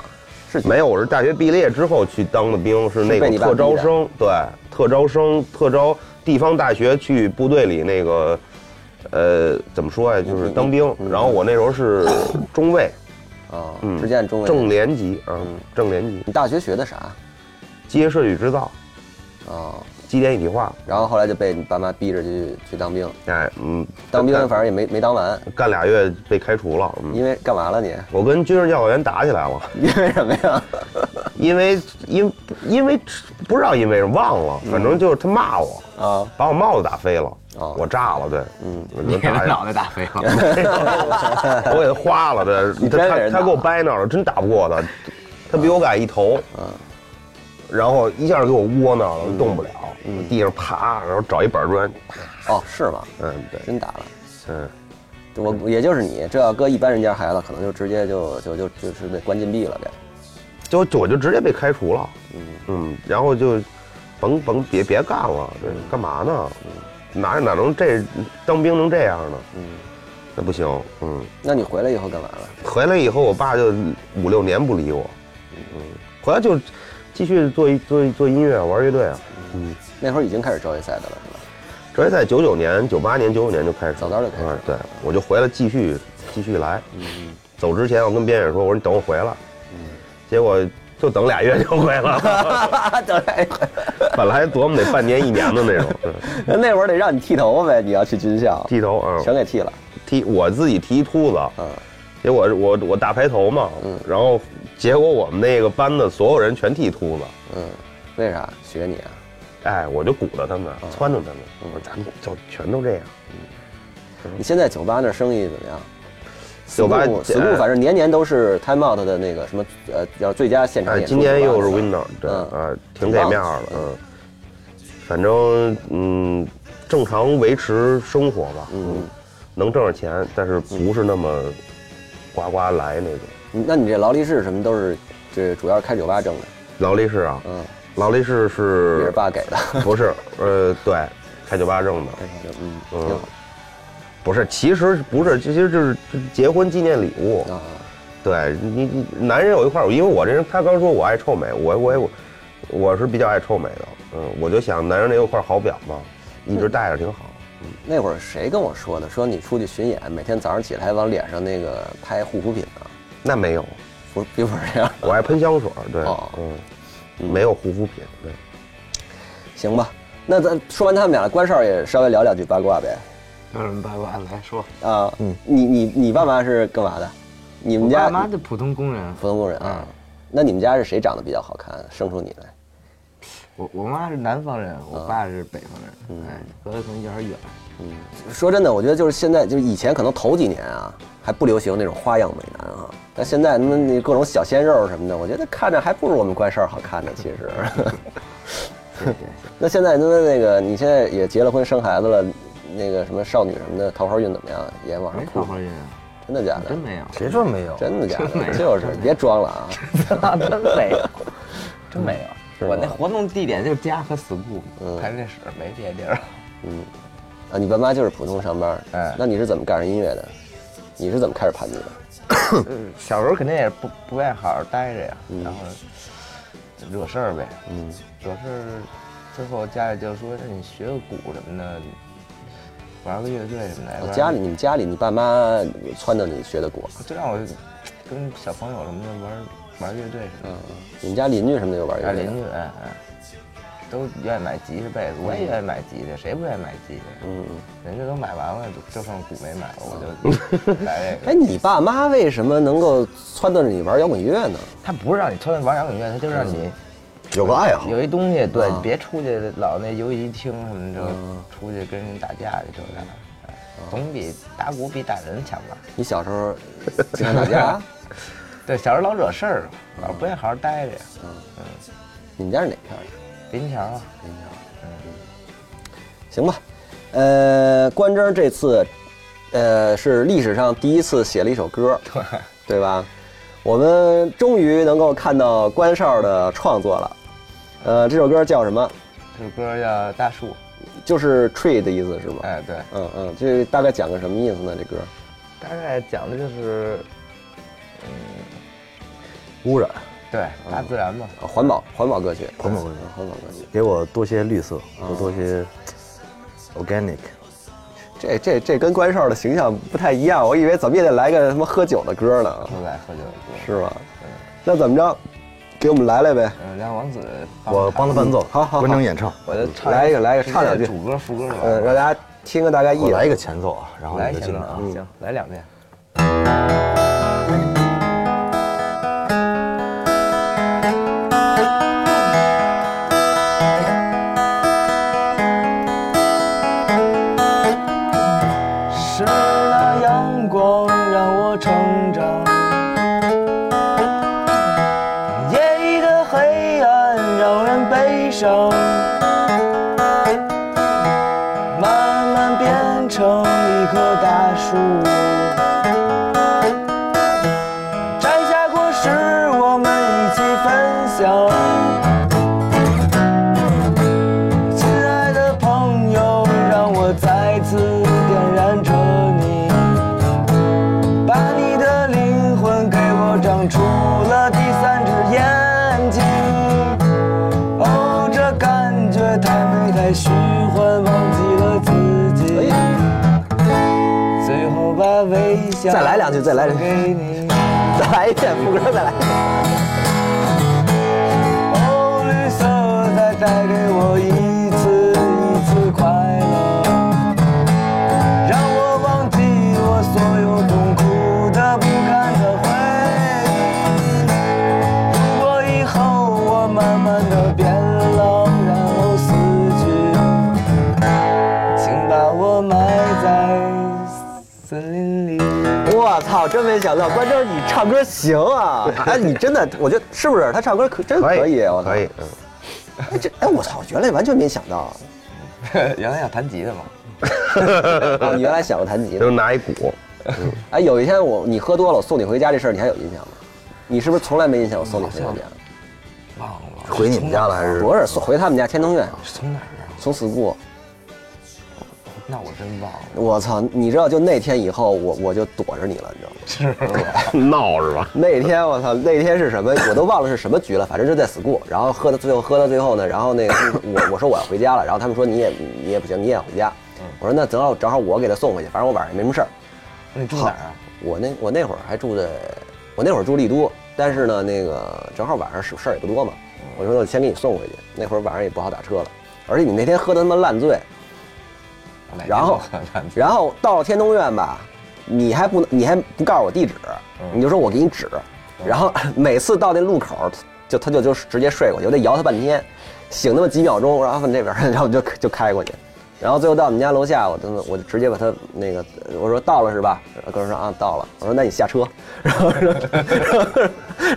Speaker 2: 是
Speaker 4: 没有，我是大学毕了业之后去当的兵，是那
Speaker 2: 被
Speaker 4: 个
Speaker 2: 你爸
Speaker 4: 特招
Speaker 2: 逼的
Speaker 4: 生，对，特招生，特招地方大学去部队里那个，
Speaker 2: 嗯 <coughs>
Speaker 4: 呃，怎么说呀、就是当兵。然后我那时候是中尉，
Speaker 2: 啊啊，
Speaker 4: 嗯
Speaker 2: 之前中嗯文
Speaker 4: 正联级啊，正联级
Speaker 2: 你大学学的啥
Speaker 4: 接社与制造、
Speaker 2: 啊？
Speaker 4: 机电一体化，
Speaker 2: 然后后来就被你爸妈逼着去去当兵，
Speaker 4: 哎，嗯，
Speaker 2: 当兵
Speaker 4: 干
Speaker 2: 反正也没没当完，
Speaker 4: 干俩月被开除了，嗯，
Speaker 2: 因为干嘛了你？ <laughs>
Speaker 4: 我跟军事教导员打起来了， <laughs>
Speaker 2: 因为什么呀？
Speaker 4: 因为因因为不知道因为什么忘了，反正就是他骂我，
Speaker 2: 啊，
Speaker 4: 把我帽子打飞了，
Speaker 2: 哦
Speaker 4: 我炸了，对，嗯，我就打
Speaker 5: 脑袋打飞了，
Speaker 4: <laughs> 我给他花了，
Speaker 2: 你
Speaker 4: 对，
Speaker 2: 真给
Speaker 4: 他他
Speaker 2: 人
Speaker 4: 他
Speaker 2: 打
Speaker 4: 给我掰那了，嗯真打不过他，他比我矮一头，然后一下给我窝那儿了，动不了，地上爬，然后找一板砖，
Speaker 2: 哦，是吗？
Speaker 4: 嗯，对，
Speaker 2: 真打了。
Speaker 4: 嗯，
Speaker 2: 我也就是你，这要搁一般人家孩子，可能就直接就就就就是得关禁闭了得。
Speaker 4: 就就我就直接被开除了，嗯然后就甭甭别别干了，这
Speaker 2: 嗯
Speaker 4: 干嘛呢？哪哪能这当兵能这样呢？嗯，那不行，嗯，
Speaker 2: 那你回来以后干嘛了？
Speaker 4: 回来以后，我爸就五六年不理我，嗯，回来就继续做一做一做音乐，玩乐队啊，嗯，
Speaker 2: 那会儿已经开始招业赛的了，是吧？
Speaker 4: 这在九九年、九八年、九九年就开始了，
Speaker 2: 早早就开始了嗯
Speaker 4: 嗯对，我就回来继续继续来，走之前我跟编远说，我说你等我回来，结果就等俩月就回
Speaker 2: <laughs>
Speaker 4: 来了，
Speaker 2: 当然，
Speaker 4: <laughs> 本来琢磨得半年一年的那种，
Speaker 2: <laughs>
Speaker 4: 嗯
Speaker 2: 那会儿得让你剃头发呗，你要去军校，
Speaker 4: 剃头啊，
Speaker 2: 全给剃了。
Speaker 4: 剃我自己剃一秃子，
Speaker 2: 嗯，
Speaker 4: 结果我我大排头嘛，然后结果我们那个班的所有人全剃秃子。
Speaker 2: 嗯，为啥学你啊？
Speaker 4: 哎，我就鼓捣他们，
Speaker 2: 嗯
Speaker 4: 撺掇他们，我说咱们就全都这样。
Speaker 2: 你现在酒吧那生意怎么样？
Speaker 4: 酒吧呃
Speaker 2: School-
Speaker 4: 这
Speaker 2: school 反正年年都是 Time Out 的那个什么呃，叫最佳现场
Speaker 4: 哎，
Speaker 2: 演出。
Speaker 4: 今年又是
Speaker 2: 吧
Speaker 4: Winner，对
Speaker 2: 嗯
Speaker 4: 啊，挺给面儿的，嗯。反正嗯，正常维持生活吧，嗯，能挣着钱，但是不是那么呱呱来那种。
Speaker 2: 你嗯那你这劳力士什么都是，这主要是开酒吧挣的，
Speaker 4: 劳力士啊，
Speaker 2: 嗯，
Speaker 4: 劳力士是
Speaker 2: 也是爸给的， <laughs>
Speaker 4: <laughs> 不是，呃，对，开酒吧挣的，
Speaker 2: 嗯，挺
Speaker 4: 嗯
Speaker 2: 好，
Speaker 4: 不是，其实不是，其实就是就是结婚纪念礼物
Speaker 2: 啊，
Speaker 4: 对你，你男人有一块儿，因为我这人，他刚说我爱臭美，我我也我我是比较爱臭美的，嗯，我就想男人得有块好表嘛，一直戴着挺好。
Speaker 2: 那会儿谁跟我说的？说你出去巡演，每天早上起来还往脸上那个拍护肤品呢？
Speaker 4: 那没有，
Speaker 2: 不是，并不是这样，
Speaker 4: 我爱喷香水儿，对，
Speaker 2: 哦
Speaker 4: 嗯，没有护肤品，对，
Speaker 2: 行吧？那咱说完他们俩，关少也稍微聊两句八卦呗。
Speaker 5: 有什么八卦来说？
Speaker 2: 啊，
Speaker 4: 嗯
Speaker 2: 你你你爸妈是干嘛的？你
Speaker 5: 我
Speaker 2: 们家
Speaker 5: 爸妈就普通工人，
Speaker 2: 普通工人啊？那你们家是谁长得比较好看，生出你来？
Speaker 5: 我我妈是南方人，我爸是北方人，哎，隔得可能有点远。
Speaker 2: 说真的，我觉得就是现在，就是以前可能头几年啊，还不流行那种花样美男啊，但现在那那各种小鲜肉什么的，我觉得看着还不如我们怪事儿好看呢。其实，
Speaker 5: 对对，
Speaker 2: <laughs> 那现在那那个你现在也结了婚生孩子了，那个什么少女什么的桃花运怎么样？也往上
Speaker 5: 没
Speaker 2: 扑
Speaker 5: 桃，花运啊，
Speaker 2: 真的假的？
Speaker 5: 真没有，
Speaker 3: 谁说没有？
Speaker 2: 真的假
Speaker 5: <laughs> 真没
Speaker 2: 的？
Speaker 5: 有
Speaker 2: 就是别装了啊！
Speaker 5: <laughs> 真没有，嗯真没有。我那活动地点就是家和 school，排练室没别地 <laughs> 儿。
Speaker 2: 啊，你爸妈就是普通上班，
Speaker 5: 哎
Speaker 2: 那你是怎么干上音乐的？你是怎么开始盘子的？
Speaker 5: 嗯小时候肯定也是不不爱好好待着呀，然后就惹事儿呗，嗯，惹事儿之后家里就说让你学个鼓什么的，玩个乐队什么的，要不
Speaker 2: 哦
Speaker 5: 然
Speaker 2: 家里你们家里你爸妈撺掇你学的鼓，
Speaker 5: 就让我跟小朋友什么的玩玩乐队什么
Speaker 2: 你们家邻居什么的有玩
Speaker 5: 的，
Speaker 2: 乐
Speaker 5: 然
Speaker 2: 队的
Speaker 5: 后嗯邻居哎哎，都愿意买吉他贝斯，我也愿意买吉他，谁不愿意买吉他？嗯，人家都买完了，就就剩鼓没买了，我 <laughs> 就来这
Speaker 2: 哎，
Speaker 5: 个。
Speaker 2: 你爸妈为什么能够撺掇着你玩摇滚乐呢？
Speaker 5: 他不是让你突然玩摇滚乐，他就让你。
Speaker 3: 有个爱好，
Speaker 5: 有一东西，对，你别出去老那游戏厅什么的，出去跟人打架去，这个，哎总比打鼓比打人强吧？
Speaker 2: 你小时候经常打架？啊
Speaker 5: 对，小时候老惹事儿，老不愿好好待着呀。
Speaker 2: 你们家是哪片儿的？
Speaker 5: 林强啊，
Speaker 2: 行吧，呃，关真儿这次，呃，是历史上第一次写了一首歌，对对吧？我们终于能够看到关少的创作了。呃，这首歌叫什么？
Speaker 5: 这首歌叫《大树》，
Speaker 2: 就是 tree 的意思是吗？
Speaker 5: 哎，对，
Speaker 2: 嗯嗯，这大概讲个什么意思呢？这歌？
Speaker 5: 大概讲的就是
Speaker 3: 污染
Speaker 5: 对大自然嘛，
Speaker 2: 啊环保环保歌曲，
Speaker 3: 环保歌曲
Speaker 2: 嗯环保歌曲。
Speaker 3: 啊给我多些绿色，多多些 organic，
Speaker 2: 这这这跟关少的形象不太一样，我以为怎么也得来个什么喝酒的歌呢，
Speaker 5: 都来喝酒的歌。
Speaker 2: 是吧？那怎么着，给我们来来呗，
Speaker 5: 嗯，让王子
Speaker 3: 我帮他伴奏，
Speaker 2: 好好
Speaker 3: 完成演唱，
Speaker 5: 我就唱
Speaker 2: 来一个来一个
Speaker 5: 直接
Speaker 2: 唱两句
Speaker 5: 主歌副歌就完
Speaker 2: 呃，
Speaker 5: 了。
Speaker 2: 让大家听个大概意
Speaker 3: 我
Speaker 2: 思
Speaker 3: 来一。个前奏啊，然后
Speaker 5: 来
Speaker 3: 你
Speaker 5: 一
Speaker 3: 就
Speaker 5: 遍
Speaker 3: 进
Speaker 5: 啊
Speaker 3: 场。，
Speaker 5: 行，来两遍。是那阳光让我成长，夜里的黑暗让人悲伤，慢慢变成一棵大树。摘下果实，我们一起分享。亲爱的朋友，让我再次点燃着你，把你的灵魂给我长出了第三只眼睛。哦，这感觉太美太虚幻，忘记了自己。最后把微笑
Speaker 2: 再来两句再来两句
Speaker 5: 送给你。
Speaker 2: 再 <laughs> 来一遍副歌，再来一遍。
Speaker 5: 哦，绿色再带给我一次一次快乐，让我忘记我所有痛苦的、不堪的回忆。如果以后我慢慢的变老，然后死去，请把我埋在森林里。
Speaker 2: 我操，真没想到，关铮你唱歌行啊！哎，你真的，我觉得是不是他唱歌可真哦可以？啊我操
Speaker 4: 可以，嗯
Speaker 2: 哎这哎，我操，原来完全没想到，
Speaker 5: <laughs> 原来要弹吉他嘛，
Speaker 2: 啊你原来想过弹吉他
Speaker 4: 就。拿一鼓，
Speaker 2: 哎，有一天我你喝多了，我送你回家这事儿，你还有印象吗？你是不是从来没印象我送你回他家？
Speaker 5: 忘了
Speaker 3: 回你们家了还是？
Speaker 2: 嗯不是，送回他们家天通苑，
Speaker 5: 从哪儿啊？
Speaker 2: 从死过。
Speaker 5: 那我真忘了。
Speaker 2: 我操，你知道，就那天以后，我我就躲着你了，你知道吗？
Speaker 4: 闹是
Speaker 2: <laughs>
Speaker 4: 吧？
Speaker 2: 那天我操，那天是什么？我都忘了是什么局了，反正就在 school。然后喝到最后，喝到最后呢，然后那个我我说我要回家了，然后他们说你也你也不行，你也回家。我说那正好正好我给他送回去，反正我晚上也没什么事儿。
Speaker 5: 那你住哪儿啊？
Speaker 2: 我那我那会儿还住在，我那会儿住丽都，但是呢，那个正好晚上事事儿也不多嘛，我说那我先给你送回去。那会儿晚上也不好打车了，而且你那天喝的他妈烂醉，然后然后到了天通苑吧，你还不你还不告诉我地址，你就说我给你指，然后每次到那路口，就他就就直接睡过去，我得摇他半天，醒那么几秒钟，然后这边儿 <laughs> 然后我就就开过去。然后最后到我们家楼下，我真的我就直接把他那个我说到了是吧？然后哥们说啊到了，我说那你下车， <laughs> 然后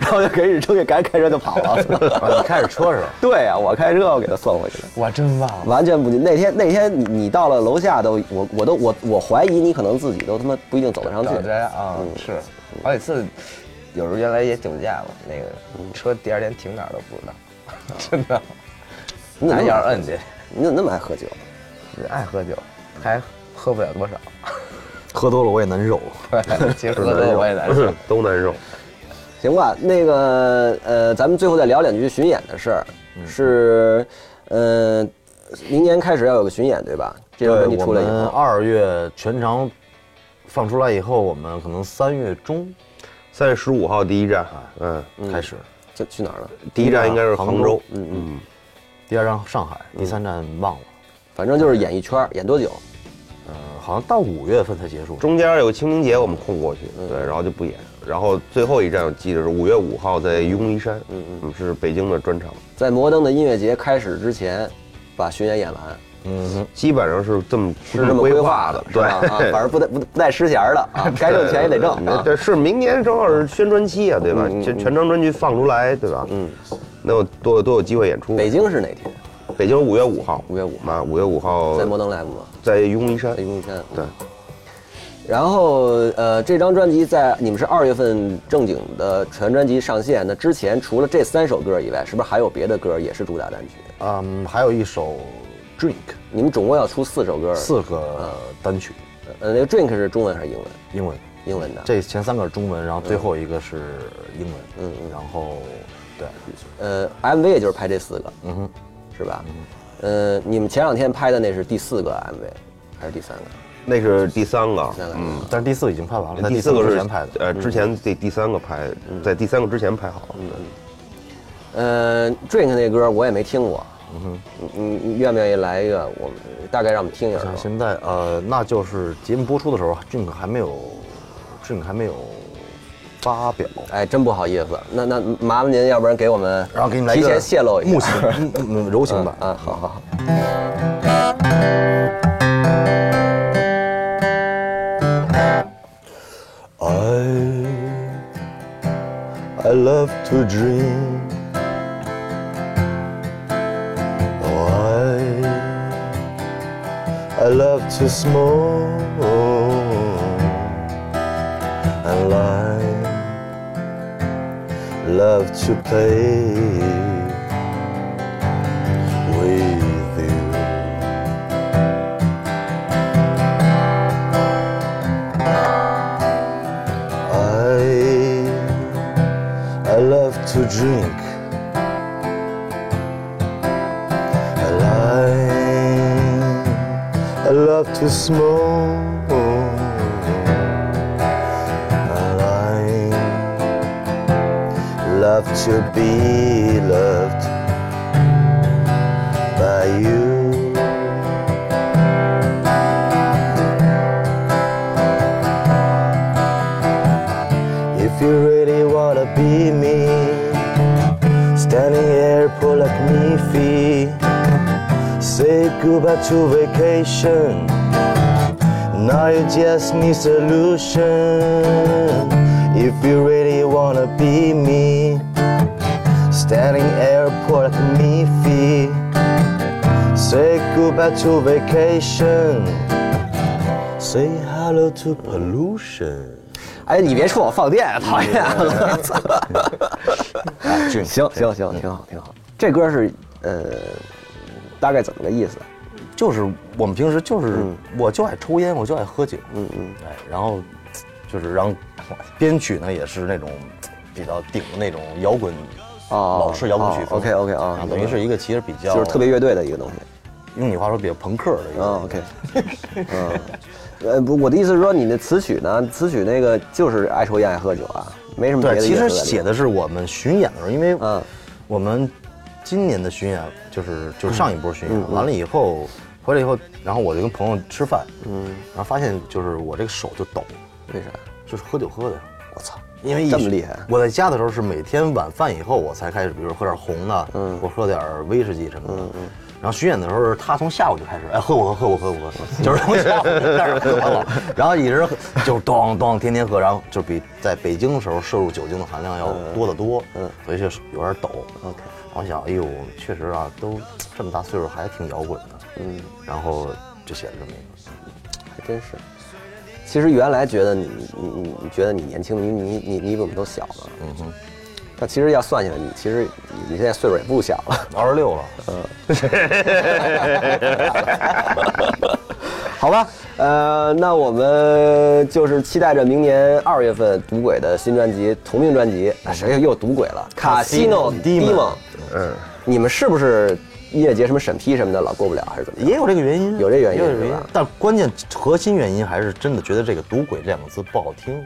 Speaker 2: 然后就给你车给赶紧开车就跑了。 <laughs>
Speaker 3: 啊，你开着车是吧？
Speaker 2: 对呀、我开车我给他送回去了。
Speaker 5: 我真忘了。
Speaker 2: 完全不记。那天那天你你到了楼下都，我我都我我怀疑你可能自己都他妈不一定走得上去
Speaker 5: 找。家啊，是好几次，有时候原来也酒驾了，那个车第二天停哪儿都不知道，真的
Speaker 2: 你怎么那
Speaker 5: 拿
Speaker 2: 么
Speaker 5: 钥匙摁去，
Speaker 2: 你怎么那么爱喝酒？
Speaker 5: 爱喝酒，还喝不了多少。
Speaker 3: <laughs> 喝多了我也难受。
Speaker 5: 其实喝多了我也难受。
Speaker 4: <laughs> 都难受。
Speaker 2: 行吧，那个呃，咱们最后再聊两句巡演的事儿。是，呃，明年开始要有个巡演对吧？这张专辑
Speaker 3: 我
Speaker 2: 出来以
Speaker 3: 们
Speaker 2: 后，
Speaker 3: 二月全长放出来以后，我们可能三月中
Speaker 4: 三月十五号第一站，嗯，
Speaker 3: 开始，
Speaker 2: 就去哪儿了？
Speaker 4: 第一站应该是杭州，嗯
Speaker 3: 第二站上海，第三站忘了，
Speaker 2: 反正就是演艺圈儿，演多久？
Speaker 3: 嗯好像到五月份才结束。
Speaker 4: 中间有清明节我们空过去，
Speaker 2: 嗯
Speaker 4: 对，然后就不演。然后最后一站我记得是五月五号在愚公移山，嗯嗯，是北京的专场，
Speaker 2: 在摩登的音乐节开始之前，把巡演演完，
Speaker 4: 基本上是这么
Speaker 2: 是这么规划的
Speaker 4: 的，，
Speaker 2: 是吧？啊，
Speaker 4: 对。
Speaker 2: 反正不带不不带失闲儿的啊，该
Speaker 4: <laughs>
Speaker 2: 挣钱也得挣啊。嗯
Speaker 4: 对，是明年正好是宣传期啊，对吧？这全张专辑放出来，对吧？嗯，那我多有多有机会演出。
Speaker 2: 北京是哪天？
Speaker 4: 北京五月五号，
Speaker 2: 5月5
Speaker 4: 啊，五月五号
Speaker 2: 在摩登 live 吗？
Speaker 4: 在愚公移山
Speaker 2: 在，云山。
Speaker 4: 对，
Speaker 2: 然后呃，这张专辑在你们是二月份正经的全专辑上线，那之前除了这三首歌以外，是不是还有别的歌也是主打单曲？
Speaker 3: 嗯，还有一首《Drink》，
Speaker 2: 你们总共要出四首歌，
Speaker 3: 四个单曲，
Speaker 2: 呃，那个 drink 是中文还是英文？
Speaker 3: 英文。
Speaker 2: 英文的。
Speaker 3: 这前三个是中文，然后最后一个是英文。嗯，然后对，
Speaker 2: 呃，MV 也就是拍这四个，嗯哼，是吧？呃，你们前两天拍的那是第四个 MV 还是第三个？
Speaker 4: 那是第三个，
Speaker 3: 嗯，但是第四个已经拍完了，在
Speaker 4: 第四
Speaker 3: 四
Speaker 4: 个
Speaker 3: 之
Speaker 4: 是
Speaker 3: 前拍的，
Speaker 2: 嗯
Speaker 4: 呃，之前这第三个拍，在第三个之前拍好的。
Speaker 2: 嗯呃，Drink 那歌我也没听过，嗯你愿不愿意来一个？我们大概让我们听一下吧
Speaker 3: 像。现在呃，那就是节目播出的时候，Drink 还没有，Drink 还没有发表，
Speaker 2: 哎，真不好意思，那那麻烦您，要不然给我们，
Speaker 3: 然后给你来一
Speaker 2: 提
Speaker 3: 个
Speaker 2: 前泄露一
Speaker 3: 木
Speaker 2: 下。 <laughs>
Speaker 3: 情嗯嗯柔情
Speaker 2: 嗯
Speaker 3: 版，
Speaker 2: 啊，好好好。
Speaker 3: I I love to dream. Oh, I I love to smoke and lie. Love to play with you. I I love to drink. I lie. I love to smoke. I lie. Love to be loved by you. If you really wanna be me, standing here, pull like me feet. Say goodbye to vacation. Now you just need solution. If you really wanna be me, standing airport like me feet. Say goodbye to vacation. Say hello to pollution.
Speaker 2: 哎，你别说我放电，讨厌了。
Speaker 3: 这
Speaker 2: 行行行，挺好挺好。这歌是呃，大概怎么个意思？
Speaker 3: 就是我们平时就是、
Speaker 2: 嗯
Speaker 3: 我就爱抽烟，我就爱喝酒，嗯嗯，哎，然后就是让编曲呢也是那种比较顶的那种摇滚，
Speaker 2: 哦
Speaker 3: 老式摇滚曲风、
Speaker 2: ，OK，OK，啊
Speaker 3: 等于是一个其实比较
Speaker 2: 就是特别乐队的一个东西。
Speaker 3: 用你话说比较朋克的一个，
Speaker 2: 啊，OK，嗯，呃，不，我的意思是说，你那词曲呢？词曲那个就是爱抽烟爱喝酒啊，没什么别
Speaker 3: 对，
Speaker 2: 的意
Speaker 3: 其
Speaker 2: 思在
Speaker 3: 实
Speaker 2: 里面。
Speaker 3: 写的是我们巡演的时候，因为
Speaker 2: 嗯
Speaker 3: 我们今年的巡演就是就是上一波巡
Speaker 2: 嗯
Speaker 3: 演完了以后，回来以后，然后我就跟朋友吃饭，嗯，然后发现就是我这个手就抖，
Speaker 2: 为啥？
Speaker 3: 就是喝酒喝的，我操！哎因为一
Speaker 2: 这么厉害
Speaker 3: 我在家的时候是每天晚饭以后我才开始，比如说喝点红的，嗯，我喝点威士忌什么的，嗯。然后巡演的时候，他从下午就开始，哎，喝我喝喝我喝我喝，就是从下午就开始喝了， <laughs> 然后一直喝就是咚咚天天喝，然后就比在北京的时候摄入酒精的含量要多得多，嗯，所以就是有点抖。OK，我想，哎呦，确实啊，都这么大岁数还挺摇滚的，嗯，然后就写了这么一个，
Speaker 2: 还真是。其实原来觉得你你你你觉得你年轻，你你你你比我们都小呢。嗯哼。但其实要算起来，你其实你你现在岁数也不小了。
Speaker 3: 二十六了，
Speaker 2: 好吧，呃，那我们就是期待着明年二月份赌鬼的新专辑同名专辑，啊、谁又赌鬼了？卡西诺 Demon，嗯，你们是不是音乐节什么审批什么的老过不了，还是怎么样？
Speaker 3: 也有这个原因，
Speaker 2: 有这原因
Speaker 3: 也有这
Speaker 2: 是吧
Speaker 3: 但关键核心原因还是真的觉得这个“赌鬼”这两个字不好听，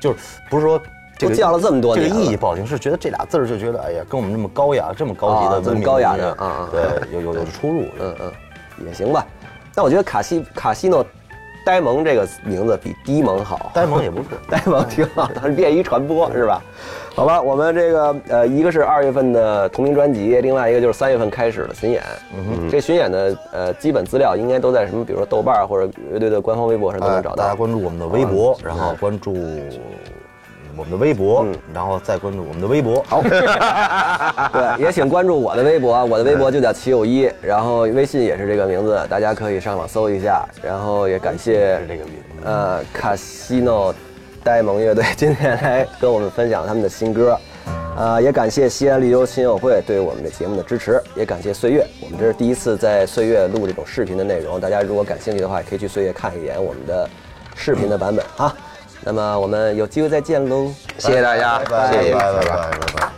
Speaker 3: 就是不是说这个
Speaker 2: 都叫了这么多
Speaker 3: 这个
Speaker 2: 年了
Speaker 3: 意义不好听，是觉得这俩字儿就觉得哎呀，跟我们这么高雅、这么高级的
Speaker 2: 啊这么
Speaker 3: 文明
Speaker 2: 高雅
Speaker 3: 音乐
Speaker 2: 的啊啊
Speaker 3: 对，有有有出入，
Speaker 2: 嗯嗯，也行吧。但我觉得卡西卡西诺呆萌这个名字比低萌好，
Speaker 3: 呆萌也不错。
Speaker 2: 呆萌挺好的，便于传播是吧？好吧，我们这个呃，一个是二月份的同名专辑，另外一个就是三月份开始的巡演。嗯这巡演的呃基本资料应该都在什么，比如说豆瓣儿或者乐队的官方微博上都能
Speaker 3: 哎
Speaker 2: 找
Speaker 3: 大家
Speaker 2: 到。嗯
Speaker 3: 关注我们的微博，然后关注我们的微博，然后再关注我们的微博。好，
Speaker 2: <laughs> 对，也请关注我的微博，我的微博就叫齐友一，然后微信也是这个名字，大家可以上网搜一下。然后也感谢
Speaker 3: 是这个名字
Speaker 2: 呃卡西诺呆萌乐队今天来跟我们分享他们的新歌，呃，也感谢西安绿洲亲友会对我们的节目的支持，也感谢岁月，我们这是第一次在岁月录这种视频的内容，大家如果感兴趣的话，也可以去岁月看一眼我们的视频的版本啊。那么我们有机会再见喽，谢谢大家，
Speaker 3: 拜拜
Speaker 2: 谢谢
Speaker 3: 拜拜拜拜拜拜。